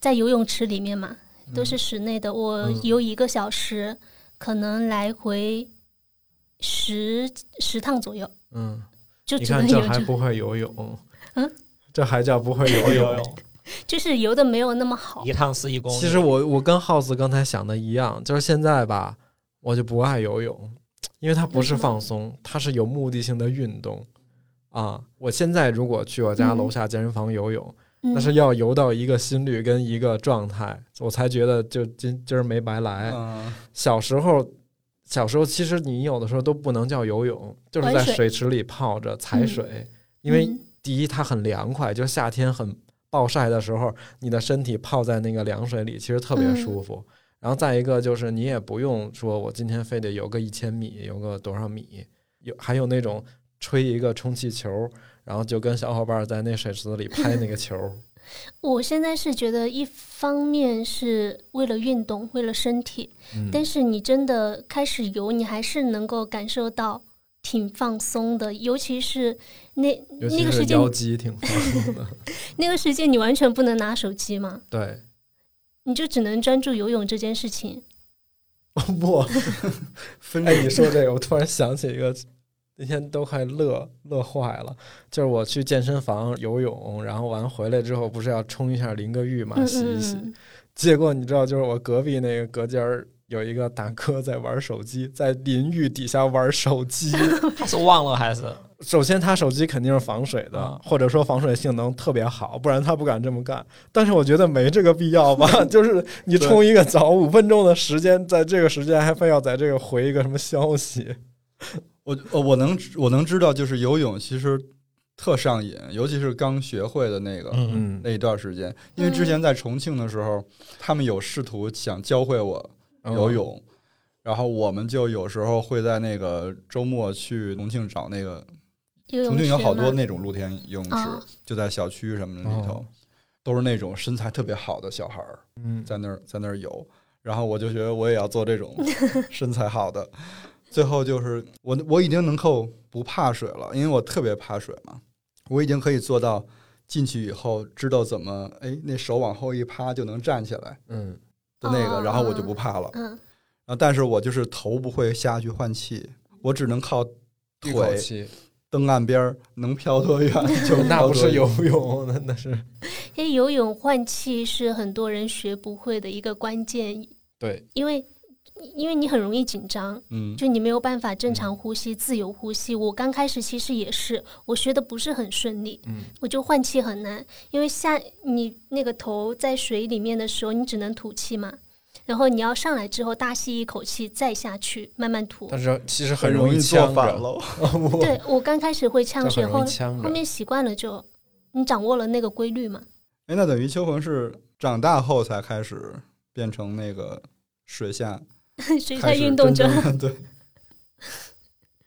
在游泳池里面嘛，都是室内的，我
嗯
游一个小时，可能来回十十趟左右，
嗯，
就
你
只
看
能
这
游
还
这，
不会游泳，
嗯，
这还叫不会游
会
泳
游。泳，
就是游的没有那么好
一。趟是一公里。
其实我我跟浩子刚才想的一样，就是现在吧，我就不爱游泳，因为它不是放松，它是有目的性的运动啊。我现在如果去我家
嗯
楼下健身房游泳，那
嗯，
是要游到一个心率跟一个状态，我才觉得就今今儿没白来。
嗯，
小时候。小时候其实你有的时候都不能叫游泳，就是在
玩水
水池里泡着踩
嗯
水，因为
嗯
第一，它很凉快，就夏天很暴晒的时候，你的身体泡在那个凉水里，其实特
嗯
别舒服。然后再一个就是，你也不用说我今天非得游个一千米，游个多少米，有还有那种吹一个充气球，然后就跟小伙伴在那水池子里拍那个球。
我现在是觉得一方面是为了运动，为了身体，
嗯
但是你真的开始游，你还是能够感受到挺放松的，尤其是那那
尤其
个
是
时间
腰肌挺放松的，
那个时间你完全不能拿手机嘛，
对。
你就只能专注游泳这件事情。
不， 哎，你说这个，我突然想起一个，那天都快乐乐坏了。就是我去健身房游泳，然后完回来之啊后，不是要冲一下淋个浴嘛，
嗯
洗一洗。
嗯
结果你知道，就是我隔壁那个隔间儿有一个大哥在玩手机，在淋浴底下玩手机。
他是忘了 还是？
首先，他手机肯定是防水的，
啊
或者说防水性能特别好，不然他不敢这么干。但是我觉得没这个必要 吧，就是你充一个澡五分钟的时间，在这个时间还非要在这个回一个什么消息，
我呃我能我能知道，就是游泳其实特上瘾，尤其是刚学会的那个、
嗯，
那一段时间，因为之
嗯
前在重庆的时候，他们有试图想教会我游泳，然后我们就有时候会在那个周末去重庆找那个
游
重
泳
庆有
池
好多
吗
那种露天游泳池，
啊
就在小区什么的里头，
哦
都是那种身材特别好的小孩儿
嗯，
在那儿在那儿游，然后我就觉得我也要做这 种身材好的。最后就是我我已经能够不怕水了，因为我特别怕水嘛，我已经可以做到进去以后知道怎么哎那手往后一趴就能站起来
嗯
的那个，
哦
然后我就不怕了。
嗯，
然后但是我就是头不会下去换气，我只能靠
一口
腿
气，
蹬岸边儿，能飘多远 就
那
飘多
不是
远
游泳，那那是
因为游泳换气是很多人学不会的一个关键，
对，
因为因为你很容易紧张，
嗯，
就你没有办法正常呼吸、自由呼吸。我刚开始其实也是，我学的不是很顺利，
嗯
我就换气很难，因为下你那个头在水里面的时候，你只能吐气嘛，然后你要上来之后大吸一口气，再下去慢慢吐。
但是其实
很
很容易
做
呛
反
着，
了。
对我刚开始会呛
就
水，
很
后
容易呛
后
着。
面习惯了就你掌握了那个规律嘛。
哎，那等于秋鹏是长大后才开始变成那个水下
水下
开始
运动
真
者，
正 对，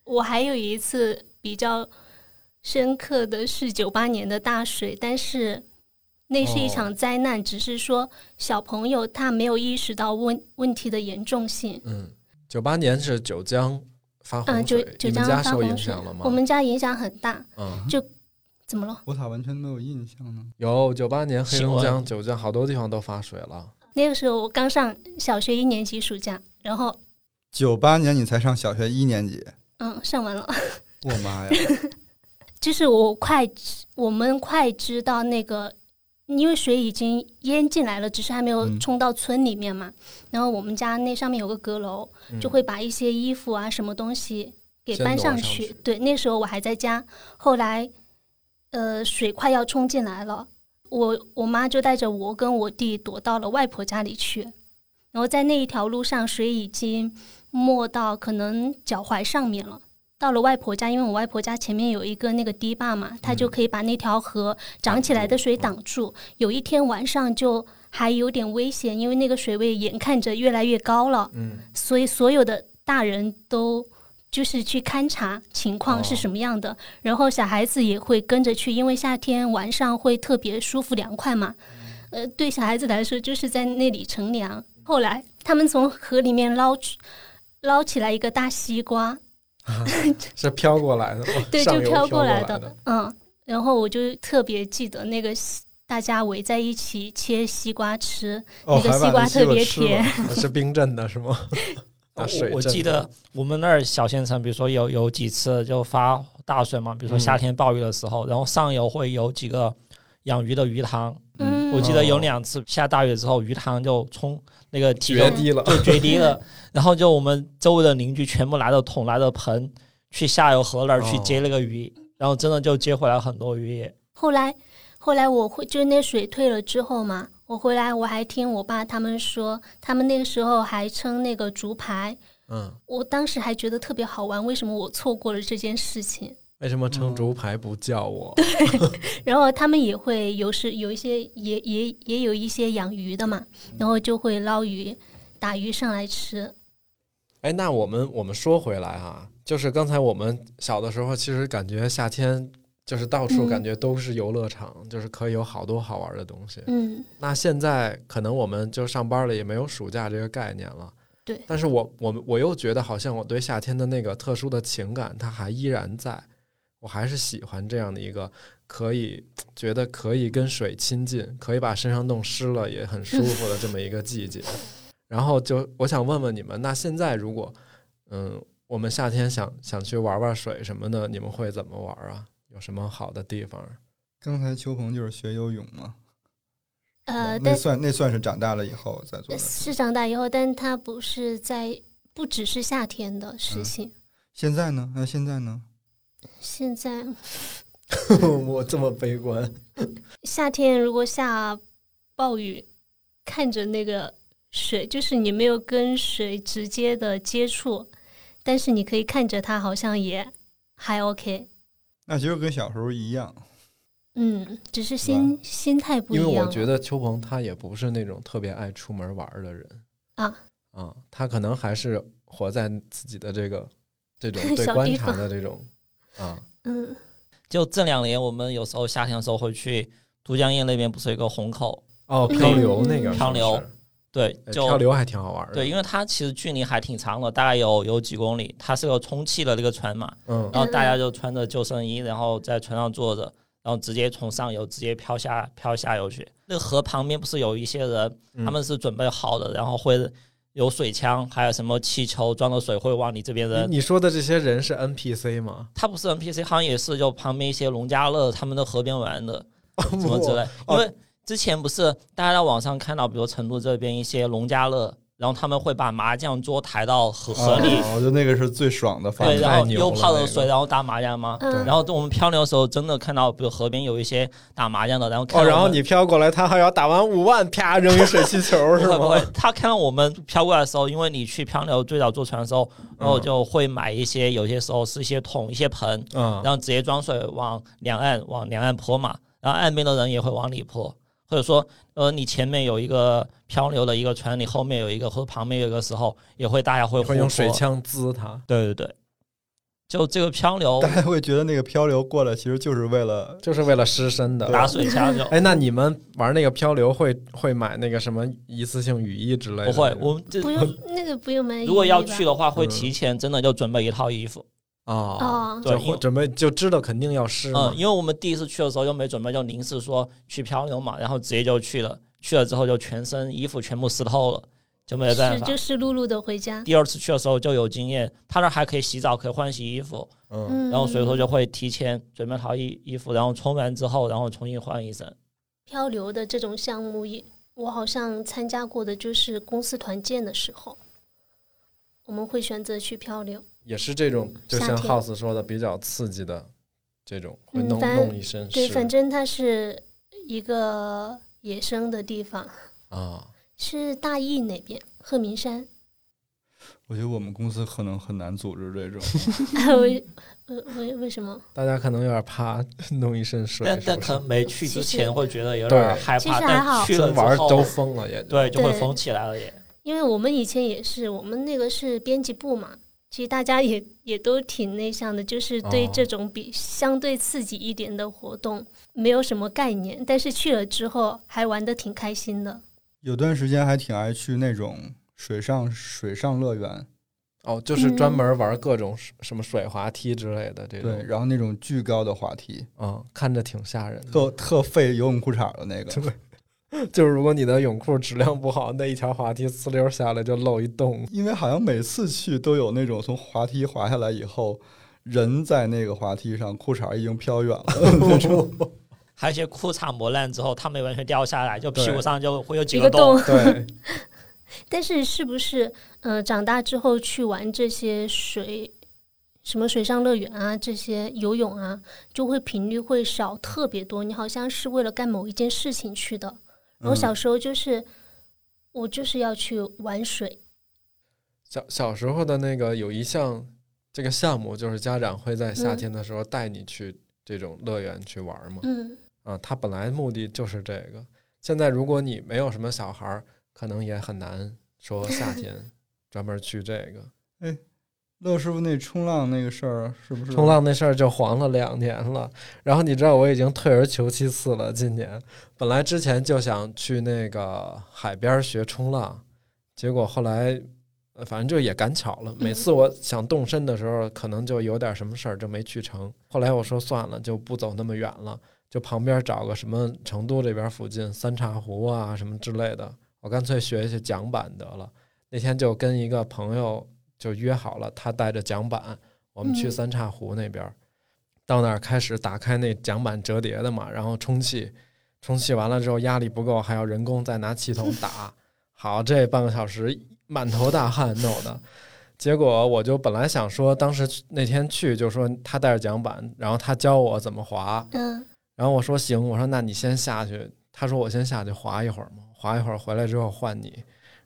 我还有一次比较深刻的是九八年的大水，但是那是一场灾难，只是说小朋友他没有意识到问问题的严重性。
嗯，九八年是九江发
嗯，
洪
九
水，
九
你们
江
家
发
受
洪
影
水
响了吗？
我们家影响很大。
嗯，
怎么了？
我咋完全没有印象呢？
有九八年黑
新
龙
闻
江、九江好多地方都发水了，
那个时候我刚上小学一年级暑假，然后
九八年你才上小学一年级，
嗯上完了，
我妈呀！
就是我快知我们快知道那个，因为水已经淹进来了，只是还没有
嗯
冲到村里面嘛。然后我们家那上面有个阁楼，
嗯
就会把一些衣服啊、什么东西给
先
搬
挪
上
上
去
去。
对，那时候我还在家，后来呃水快要冲进来了，我我妈就带着我跟我弟躲到了外婆家里去。然后在那一条路上，水已经没到可能脚踝上面了。到了外婆家，因为我外婆家前面有一个那个堤坝
嗯
嘛，它就可以把那条河涨起来的水挡住。有一天晚上就还有点危险，因为那个水位眼看着越来越高了。
嗯，
所以所有的大人都就是去勘察情况是什么样的，然后小孩子也会跟着去，因为夏天晚上会特别舒服凉快嘛。呃，对小孩子来说，就是在那里乘凉。后来他们从河里面捞出捞起来一个大西瓜，
是飘过来的，
对，
上
就
游
飘
飘
过来
来
的，嗯。然后我就特别记得那个西大家围在一起切西瓜吃，
哦，还
那个
把
西瓜
那
特别
吃了
甜。
那 是冰镇的是 吗？大水
我我
镇
记
的
得我们那儿小县城，比如说有有几次就发大水嘛，比如说夏天暴雨的时候，然后上游会有几个养鱼的鱼塘，
嗯
嗯，
我记得有
哦
两次下大雨之后，鱼塘就冲那个堤
决
就
堤了，
就决堤了， 然后就我们周围的邻居全部拿着桶拿着盆去下游河那儿去
哦
接那个鱼，然后真的就接回来很多鱼也。
后来，后来我会就那水退了之后嘛，我回来我还听我爸他们说，他们那个时候还称那个竹排，
嗯，
我当时还觉得特别好玩，为什么我错过了这件事情？
为什么称竹排不叫我？
然后他们也会有时有一些也也也有一些养鱼的嘛，然后就会捞鱼、打鱼上来吃。
哎，那我们我们说回来啊，就是刚才我们小的时候，其实感觉夏天就是到处
嗯
感觉都是游乐场，就是可以有好多好玩的东西。
嗯，
那现在可能我们就上班了，也没有暑假这个概念了。
对
但是我我我又觉得好像我对夏天的那个特殊的情感，它还依然在，我还是喜欢这样的一个可以觉得可以跟水亲近，可以把身上弄湿了也很舒服的这么一个季节。然后就我想问问你们，那现在如果嗯我们夏天想想去玩玩水什么的，你们会怎么玩啊？有什么好的地方？
刚才秋鹏就是学游泳嘛，
呃，
哦那
但
算那算是长大了以后再做的。
是长大以后，但它不是在不只是夏天的事情。
现在呢？那现在呢？
现在
我这么悲观，
夏天如果下暴雨，看着那个水，就是你没有跟水直接的接触，但是你可以看着它，好像也还 OK。
那其实跟小时候一样，
嗯，只是心心态不一
因为
样了。
我觉得邱鹏他也不是那种特别爱出门玩儿的人
啊
啊，他可能还是活在自己的这个这种对
小
观
地
察
方
的 这种啊，
嗯，
就这两年，我们有时候夏天的时候会去都江堰那边，不是有一个虹口？
哦，
嗯
漂流那
嗯
个是不是
漂流对，
哎
就
漂流还挺好玩儿的，
对，因为它其实距离还挺长的，大概有有几公里。它是个充气的那个船嘛，
嗯
然后大家就穿着救生衣，然后在船上坐着，然后直接从上游直接飘下飘下游去。那个河旁边不是有一些人，
嗯
他们是准备好的，然后会有水枪，还有什么气球装的水会往你这边扔。
你你说的这些人是 NPC 吗？
它不是 NPC，好像也是就旁边一些农家乐他们在河边玩的，什
嗯
么之
哦
类。因为之前不是大家在网上看到，比如成都这边一些农家乐，然后他们会把麻将桌抬到河河里，
啊我觉得那个是最爽的方
对，
式。
然后
太牛
又
了
泡
那
着
个
水，然后打麻将
啊
吗？
嗯
然后我们漂流的时候，真的看到，比如河边有一些打麻将的，然后看
哦，
到
然后
我们
你飘过来，他还要打完五万，啪扔一水气球是
不会不会
吗？，
他看到我们飘过来的时候，因为你去漂流最早坐船的时候，
嗯
然后就会买一些，有些时候是一些桶、一些盆，
嗯
然，后直接装水往两岸往两岸泼嘛，然后岸边的人也会往里泼，或者说，呃，你前面有一个漂流的一个船，你后面有一个或者旁边有一个时候，也会大家会
会用
互泼
水，枪滋他，
对对对，就这个漂流
大 家会觉得那个漂流过来其实就是为了
就是为了湿身的。
打水枪就。
哎，那你们玩那个漂流会会买那个什么一次性雨衣之类的？
不会，我们这
不用那个不用买。
如果要去
了，
的话，会提前真的就准备一套衣服。
啊，
哦，
对
就，会
因为
准备就知道肯定要湿嘛
嗯，。因为我们第一次去的时候就没准备，就临时说去漂流嘛，然后直接就去了。去了之后就全身衣服全部湿透了，就没有办
是
法
就。湿漉漉的回家。
第二次去的时候就有经验，他那儿还可以洗澡，可以换洗衣服，
嗯，
嗯，
然后所以说就会提前准备好衣衣服，然后冲完之后，然后重新换一身。
漂流的这种项目也，我好像参加过的就是公司团建的时候，我们会选择去漂流。
也是这种，就
夏
像
天
House 说的比较刺激的这种，会
嗯
弄
反
弄一身
对，反
湿
正它是一个野生的地方，
啊。
是大邑那边鹤鸣山。
我觉得我们公司可能很难组织这种。
啊为为为为什么？
大家可能有点怕 弄一身水，
但
是
但
不
可
是
能没去之
其实
前会觉得有
对
点害
其实
怕，
还
但
好
去了之
玩儿
后
都疯了也。
对就会
对
疯起来了也。
因为我们以前也是，我们那个是编辑部嘛，其实大家也也都挺内向的，就是对
哦
这种比相对刺激一点的活动没有什么概念，但是去了之后还玩的挺开心的。
有段时间还挺爱去那种水上水上乐园，
哦，就是专
嗯
门玩各种什什么水滑梯之类的这种。
对，然后那种巨高的滑梯，
嗯，看着挺吓人的。
特特费游泳裤衩的那个。
就是如果你的泳裤质量不好，那一条滑梯呲溜下来就漏一 洞。
因为好像每次去都有那种从滑梯滑下来以后，人在那个滑梯上，裤衩已经飘远了那种。
还有一些裤衩磨烂之后，它没完全掉下来，就屁股
对
上就会有几
一个
洞。
洞，
对，
但是是不是呃长大之后去玩这些水，什么水上乐园啊，这些游泳啊，就会频率会少特别多。你好像是为了干某一件事情去的。然
嗯
后小时候就是、我就是要去玩水，
小小时候的那个有一项这个项目，就是家长会在夏天的时候带你去这种乐园去玩嘛。
嗯，
啊，他本来目的就是这个。现在如果你没有什么小孩儿，可能也很难说夏天专门去这个
乐师傅那冲浪那个事儿是不是
冲？浪那事儿就黄了两年了。然后你知道我已经退而求其次了，今年本来之前就想去那个海边儿学冲浪，结果后来呃反正就也赶巧了，每次我想动身的时候，可能就有点什么事儿就没去成。后来我说算了，就不走那么远了，就旁边找个什么成都这边附近三岔湖啊什么之类的，我干脆学一学桨板得了。那天就跟一个朋友就约好了，他带着桨板，我们去
嗯
三岔湖那边儿。到那儿开始打开那桨板折叠的嘛，然后充气，冲洗完了之后压力不够，还要人工再拿气筒打。好，这半个小时满头大汗弄的。结果我就本来想说，当时那天去就说他带着桨板，然后他教我怎么划。
嗯，
然后我说行，我说那你先下去。他说我先下去划一会儿嘛，划一会儿回来之后换你。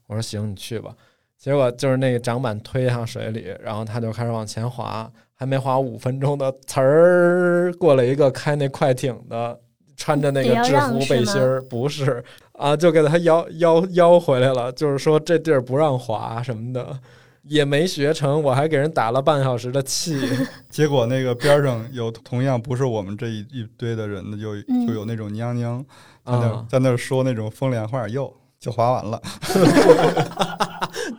我说行，你去吧。结果就是那个桨板推向水里，然后他就开始往前划，还没划五分钟的，呲儿过来一个开那快艇的，穿着那个制服背心
得要
儿，不是啊，就给他邀邀邀回来了，就是说这地儿不让划什么的，也没学成，我还给人打了半小时的气。
结果那个边上有同样不是我们这一一堆的人的，就
嗯
就有那种娘娘在那、
啊，嗯
在那儿说那种风凉话，哟，就划完了。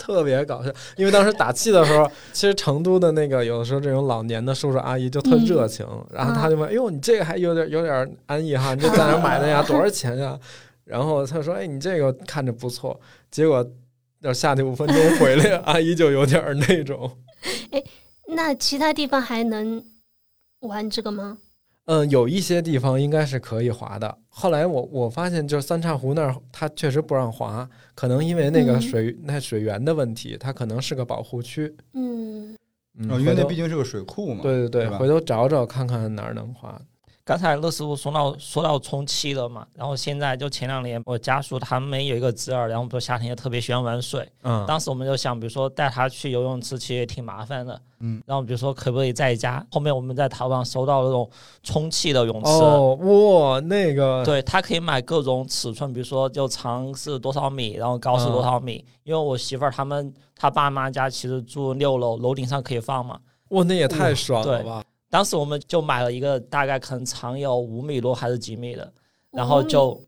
特别搞笑。因为当时打气的时候，其实成都的那个有的时候这种老年的叔叔阿姨就特热情，然后他就问：“哎呦，你这个还有点有点安逸哈，你这在哪儿买的呀？多少钱呀？”然后他说：“哎，你这个看着不错。”结果要下去五分钟回来，阿姨就有点儿那种。
那其他地方还能玩这个吗？
嗯，有一些地方应该是可以滑的。后来我我发现，就是三岔湖那儿，它确实不让滑，可能因为那个
嗯
水、那水源的问题，它可能是个保护区。
嗯，
嗯
哦因为
回
那
头
毕竟是个水库嘛。
对对
对
对，
吧
回头找找看看哪儿能滑。
刚才乐师傅说到说到充气了嘛，然后现在就前两年我家属他们有一个侄儿，然后不是夏天也特别喜欢玩水，
嗯
当时我们就想，比如说带他去游泳池其实也挺麻烦的，
嗯，
然后比如说可不可以在家？后面我们在淘宝上搜到那种充气的泳池，
哦，哇，那个，
对，它可以买各种尺寸，比如说就长是多少米，然后高是多少米。因为我媳妇儿他们她爸妈家其实住六楼，楼顶上可以放嘛。
哇，那也太爽了吧！
当时我们就买了一个大概可能长有五米多还是几米的，然后就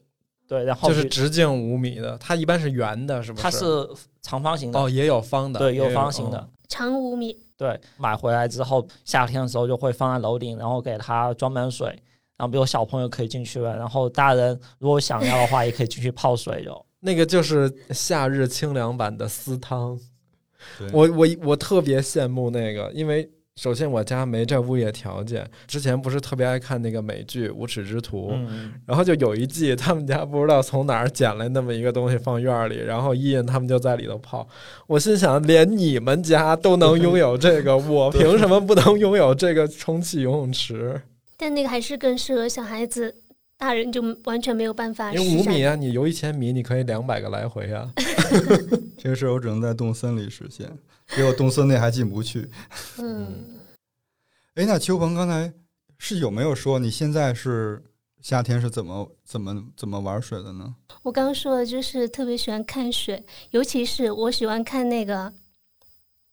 对，然后
就是
比
直径五米的，它一般是圆的，是不
它是长方形的，
哦，也有哦方的，
对，
也
有哦方形的。。
长五米，
对，买回来之后，夏天的时候就会放在楼顶，然后给它装满水，然后比如小朋友可以进去玩，然后大人如果想要的话，也可以进去泡水就。
那个就是夏日清凉版的私汤
对。
我我我特别羡慕那个，因为首先我家没这物业条件，之前不是特别爱看那个美剧《无耻之徒》，
嗯，
然后就有一季，他们家不知道从哪儿捡来那么一个东西放院儿里，然后伊人他们就在里头泡。我心想，连你们家都能拥有这 个，我凭什么不能拥有这个充气游泳池？
但那个还是更适合小孩子，大人就完全没有办法施
因为五
展
米啊，你游一千米，你可以两百个来回啊。
这个事儿我只能在动森里实现，结果动森那还进不去。
嗯，
哎，那邱鹏刚才是有没有说你现在是夏天是怎么怎么怎么玩水的呢？
我刚刚说的就是特别喜欢看水，尤其是我喜欢看那个，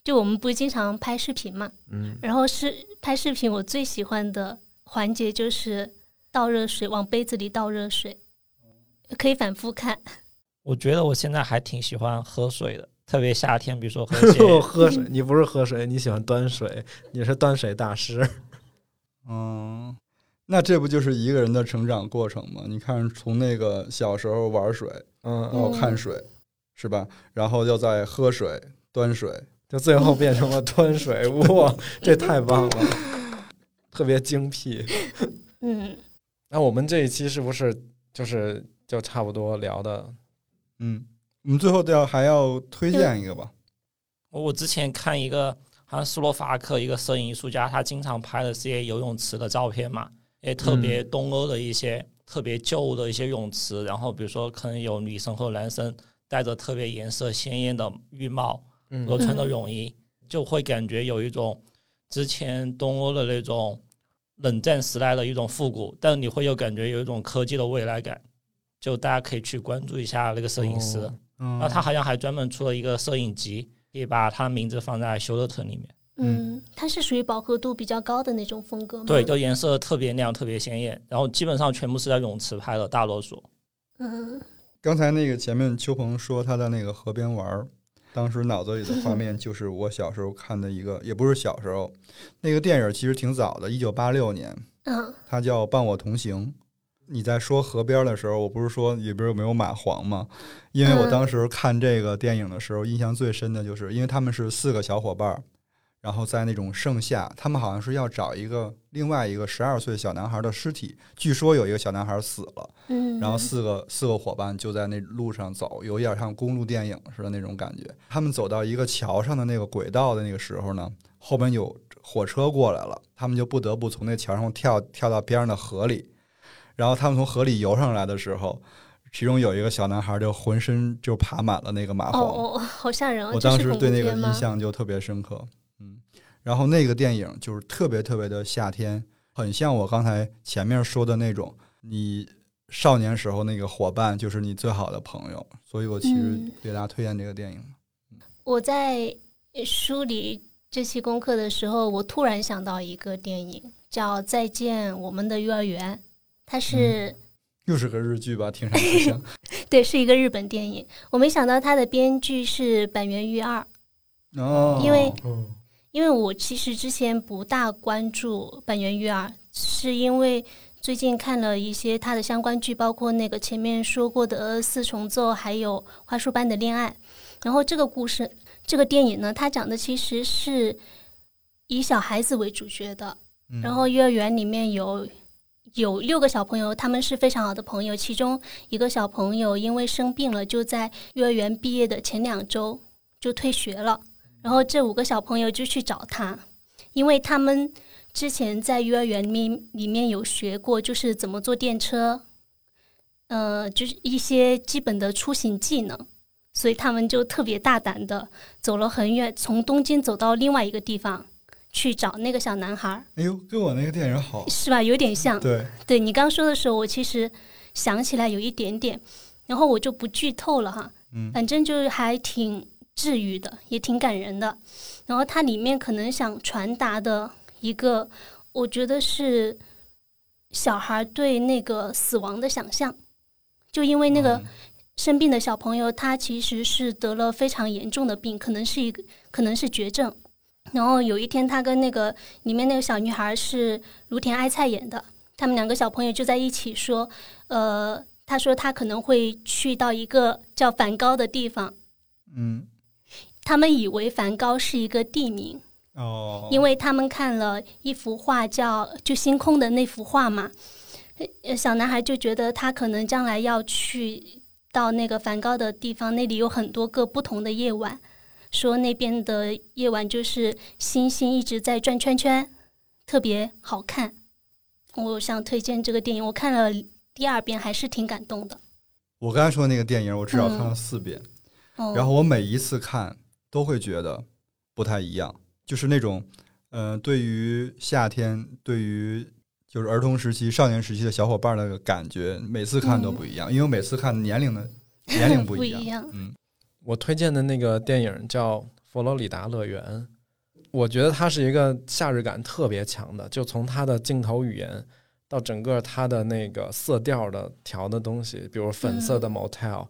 就我们不是经常拍视频嘛，
嗯，
然后是拍视频，我最喜欢的环节就是倒热水，往杯子里倒热水，可以反复看。
我觉得我现在还挺喜欢喝水的，特别夏天，比如说喝 些
喝水， 你不是喝水，你喜欢端水，你是端水大师。
嗯，那这不就是一个人的成长过程吗？你看，从那个小时候玩水，然
嗯，
后看水，是吧？然后又在喝水、端水，
就最后变成了端水，哇，这太棒了，特别精辟。
嗯，
那我们这一期是不是就是就差不多聊的？
嗯，我们最后都要还要推荐一个吧。
我之前看一个好像斯洛伐克一个摄影艺术家，他经常拍的是些游泳池的照片嘛，也特别东欧的一些、特别旧的一些泳池，然后比如说可能有女生或男生戴着特别颜色鲜艳的浴帽，
嗯
我穿着泳衣，就会感觉有一种之前东欧的那种冷战时代的一种复古，但你会有感觉有一种科技的未来感。就大家可以去关注一下那个摄影师，
哦
嗯
然啊后他好像还专门出了一个摄影集，可以把他名字放在修乐腾里面。
嗯，它是属于饱和度比较高的那种风格吗？
对，就颜色特别亮，特别鲜艳，然后基本上全部是在泳池拍的，大多数。
嗯，
刚才那个前面邱鹏说他在那个河边玩儿，当时脑子里的画面就是我小时候看的一个，也不是小时候，那个电影其实挺早的，一九八六年，
嗯
它叫《伴我同行》。你在说河边的时候，我不是说里边有没有蚂蟥吗？因为我
嗯
当时看这个电影的时候，印象最深的就是，因为他们是四个小伙伴儿，然后在那种盛夏，他们好像是要找一个另外一个十二岁小男孩的尸体，据说有一个小男孩死了，
嗯，
然后四个四个伙伴就在那路上走，有点像公路电影似的那种感觉。他们走到一个桥上的那个轨道的那个时候呢，后面有火车过来了，他们就不得不从那桥上跳跳到边上的河里。然后他们从河里游上来的时候，其中有一个小男孩就浑身就爬满了那个蚂
哦
蟥。
哦，哦好吓人哦！
我
这
当
是
时
恐
对
怖
那个
片吗
印象就特别深刻，嗯，然后那个电影就是特别特别的夏天，很像我刚才前面说的那种，你少年时候那个伙伴就是你最好的朋友，所以我其实
嗯
给大家推荐这个电影。
我在梳理这期功课的时候，我突然想到一个电影叫《再见我们的幼儿园》，它是、
又是个日剧吧，听上去 像
对是一个日本电影。我没想到它的编剧是板垣裕二，
哦，
因为
嗯，
因为我其实之前不大关注板垣育儿，是因为最近看了一些他的相关剧，包括那个前面说过的《呃四重奏》，还有《花束般的恋爱》。然后这个故事，这个电影呢，它讲的其实是以小孩子为主角的。
嗯
然后幼儿园里面有有六个小朋友，他们是非常好的朋友，其中一个小朋友因为生病了，就在幼儿园毕业的前两周就退学了。然后这五个小朋友就去找他，因为他们之前在幼儿园里面里面有学过，就是怎么坐电车，呃，就是一些基本的出行技能，所以他们就特别大胆的走了很远，从东京走到另外一个地方去找那个小男孩儿，
哎呦，跟我那个电影 好，
是吧？有点像。
对，
对你刚说的时候，我其实想起来有一点点，然后我就不剧透了哈。
嗯
反正就是还挺治愈的，也挺感人的。然后它里面可能想传达的一个，我觉得是小孩对那个死亡的想象，就因为那个
嗯
生病的小朋友，他其实是得了非常严重的病，可能是一个可能是绝症。然后有一天，他跟那个里面那个小女孩是芦田爱菜演的，他们两个小朋友就在一起说，呃，他说他可能会去到一个叫梵高的地方，
嗯，
他们以为梵高是一个地名，
哦，
因为他们看了一幅画叫就星空的那幅画嘛，呃小男孩就觉得他可能将来要去到那个梵高的地方，那里有很多个不同的夜晚，说那边的夜晚就是星星一直在转圈圈，特别好看。我想推荐这个电影，我看了第二遍还是挺感动的。
我刚才说的那个电影，我至少看了
嗯
四遍。
哦、
然后我每一次看都会觉得不太一样，就是那种，呃，对于夏天，对于就是儿童时期、少年时期的小伙伴的感觉，每次看都不一样，因为我每次看年龄的年龄
嗯 不
一样。
一样
嗯，
我推荐的那个电影叫《佛罗里达乐园》，我觉得它是一个夏日感特别强的，就从它的镜头语言到整个它的那个色调的调的东西，比如粉色的 motel，、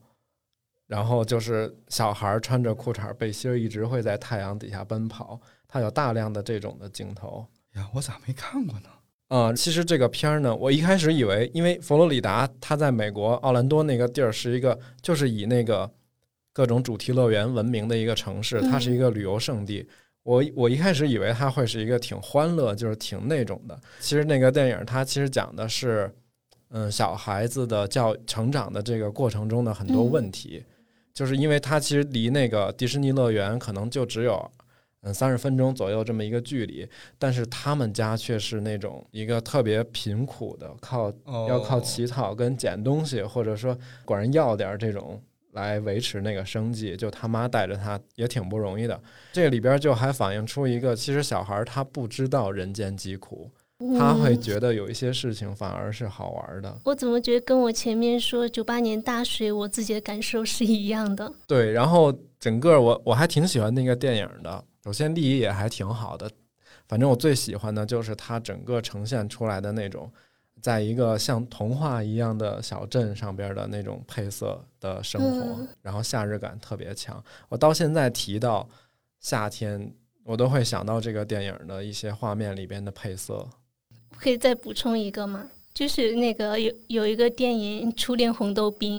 然后就是小孩儿穿着裤衩背心儿一直会在太阳底下奔跑，它有大量的这种的镜头。
哎呀，我咋没看过呢？
嗯，其实这个片儿呢，我一开始以为，因为佛罗里达它在美国奥兰多那个地儿是一个，就是以那个各种主题乐园闻名的一个城市，它是一个旅游胜地。我我一开始以为它会是一个挺欢乐，就是挺那种的。其实那个电影它其实讲的是，嗯，小孩子的教成长的这个过程中的很多问题，就是因为它其实离那个迪士尼乐园可能就只有嗯三十分钟左右这么一个距离，但是他们家却是那种一个特别贫苦的，靠
哦，
要靠乞讨跟捡东西，或者说管人要点儿这种来维持那个生计。就他妈带着他也挺不容易的。这里边就还反映出一个，其实小孩儿他不知道人间疾苦，他会
嗯
觉得有一些事情反而是好玩儿的。
我怎么觉得跟我前面说九八年大水我自己的感受是一样的？
对，然后整个我我还挺喜欢那个电影的，首先第一也还挺好的，反正我最喜欢的就是它整个呈现出来的那种，在一个像童话一样的小镇上边的那种配色的生活，
嗯
然后夏日感特别强。我到现在提到夏天，我都会想到这个电影的一些画面里边的配色。
我可以再补充一个吗？就是那个有有一个电影《初恋红豆冰》，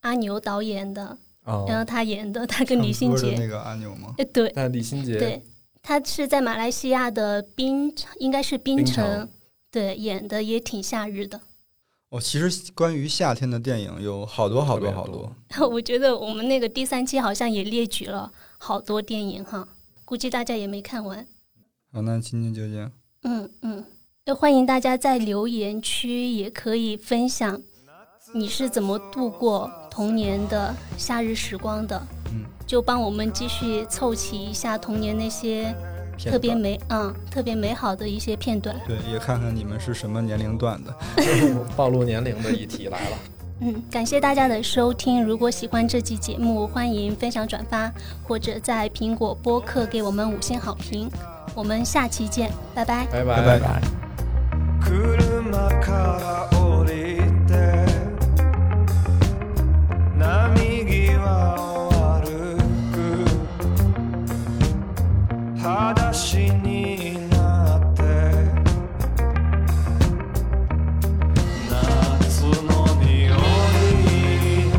阿牛导演的，然后
哦，
他演的，他跟李
唱
心
歌的
洁，
那个按钮吗？
哎，对
那李心洁
对，他是在马来西亚的槟，应该是槟
槟
城，
城
对演的也挺夏日的。
哦，其实关于夏天的电影有好多好多好
特别
多
多，
我觉得我们那个第三期好像也列举了好多电影哈，估计大家也没看完。
好，那今天就这样。
嗯嗯，就欢迎大家在留言区也可以分享你是怎么度过童年的夏日时光的，
嗯，
就帮我们继续凑齐一下童年那些
片
特别
段
美嗯特别美好的一些片段。
对，也看看你们是什么年龄段的。
暴露年龄的议题来了。
嗯，感谢大家的收听。如果喜欢这期节目，欢迎分享转发，或者在苹果播客给我们五星好评。我们下期见，拜拜。
拜拜
拜拜
拜。
車から降りて波際を歩く裸足になって夏の匂いに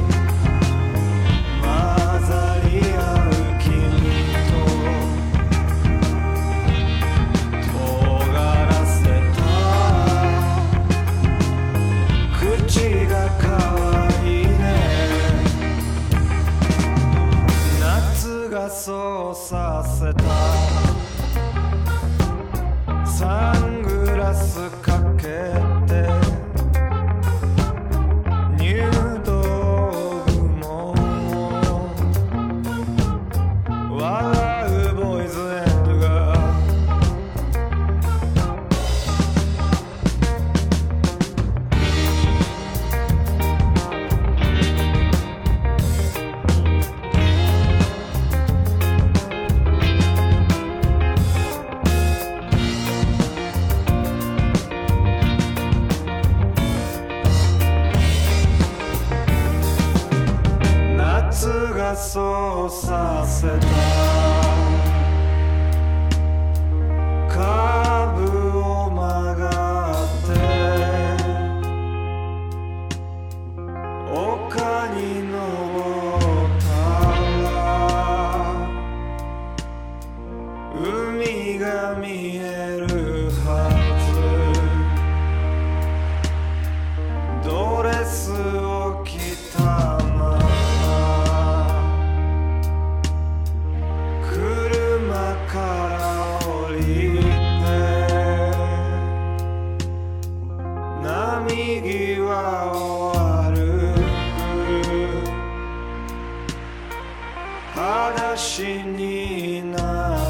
混ざり合う君と尖らせた口が可愛いね夏がそうさせたサングラスかけて入道雲を笑うボーイズエンドが夏がそうさせたカーブを曲がって丘に登ったら海が見えるはずドレスを着たまま車から降りて波際を歩く裸足になっ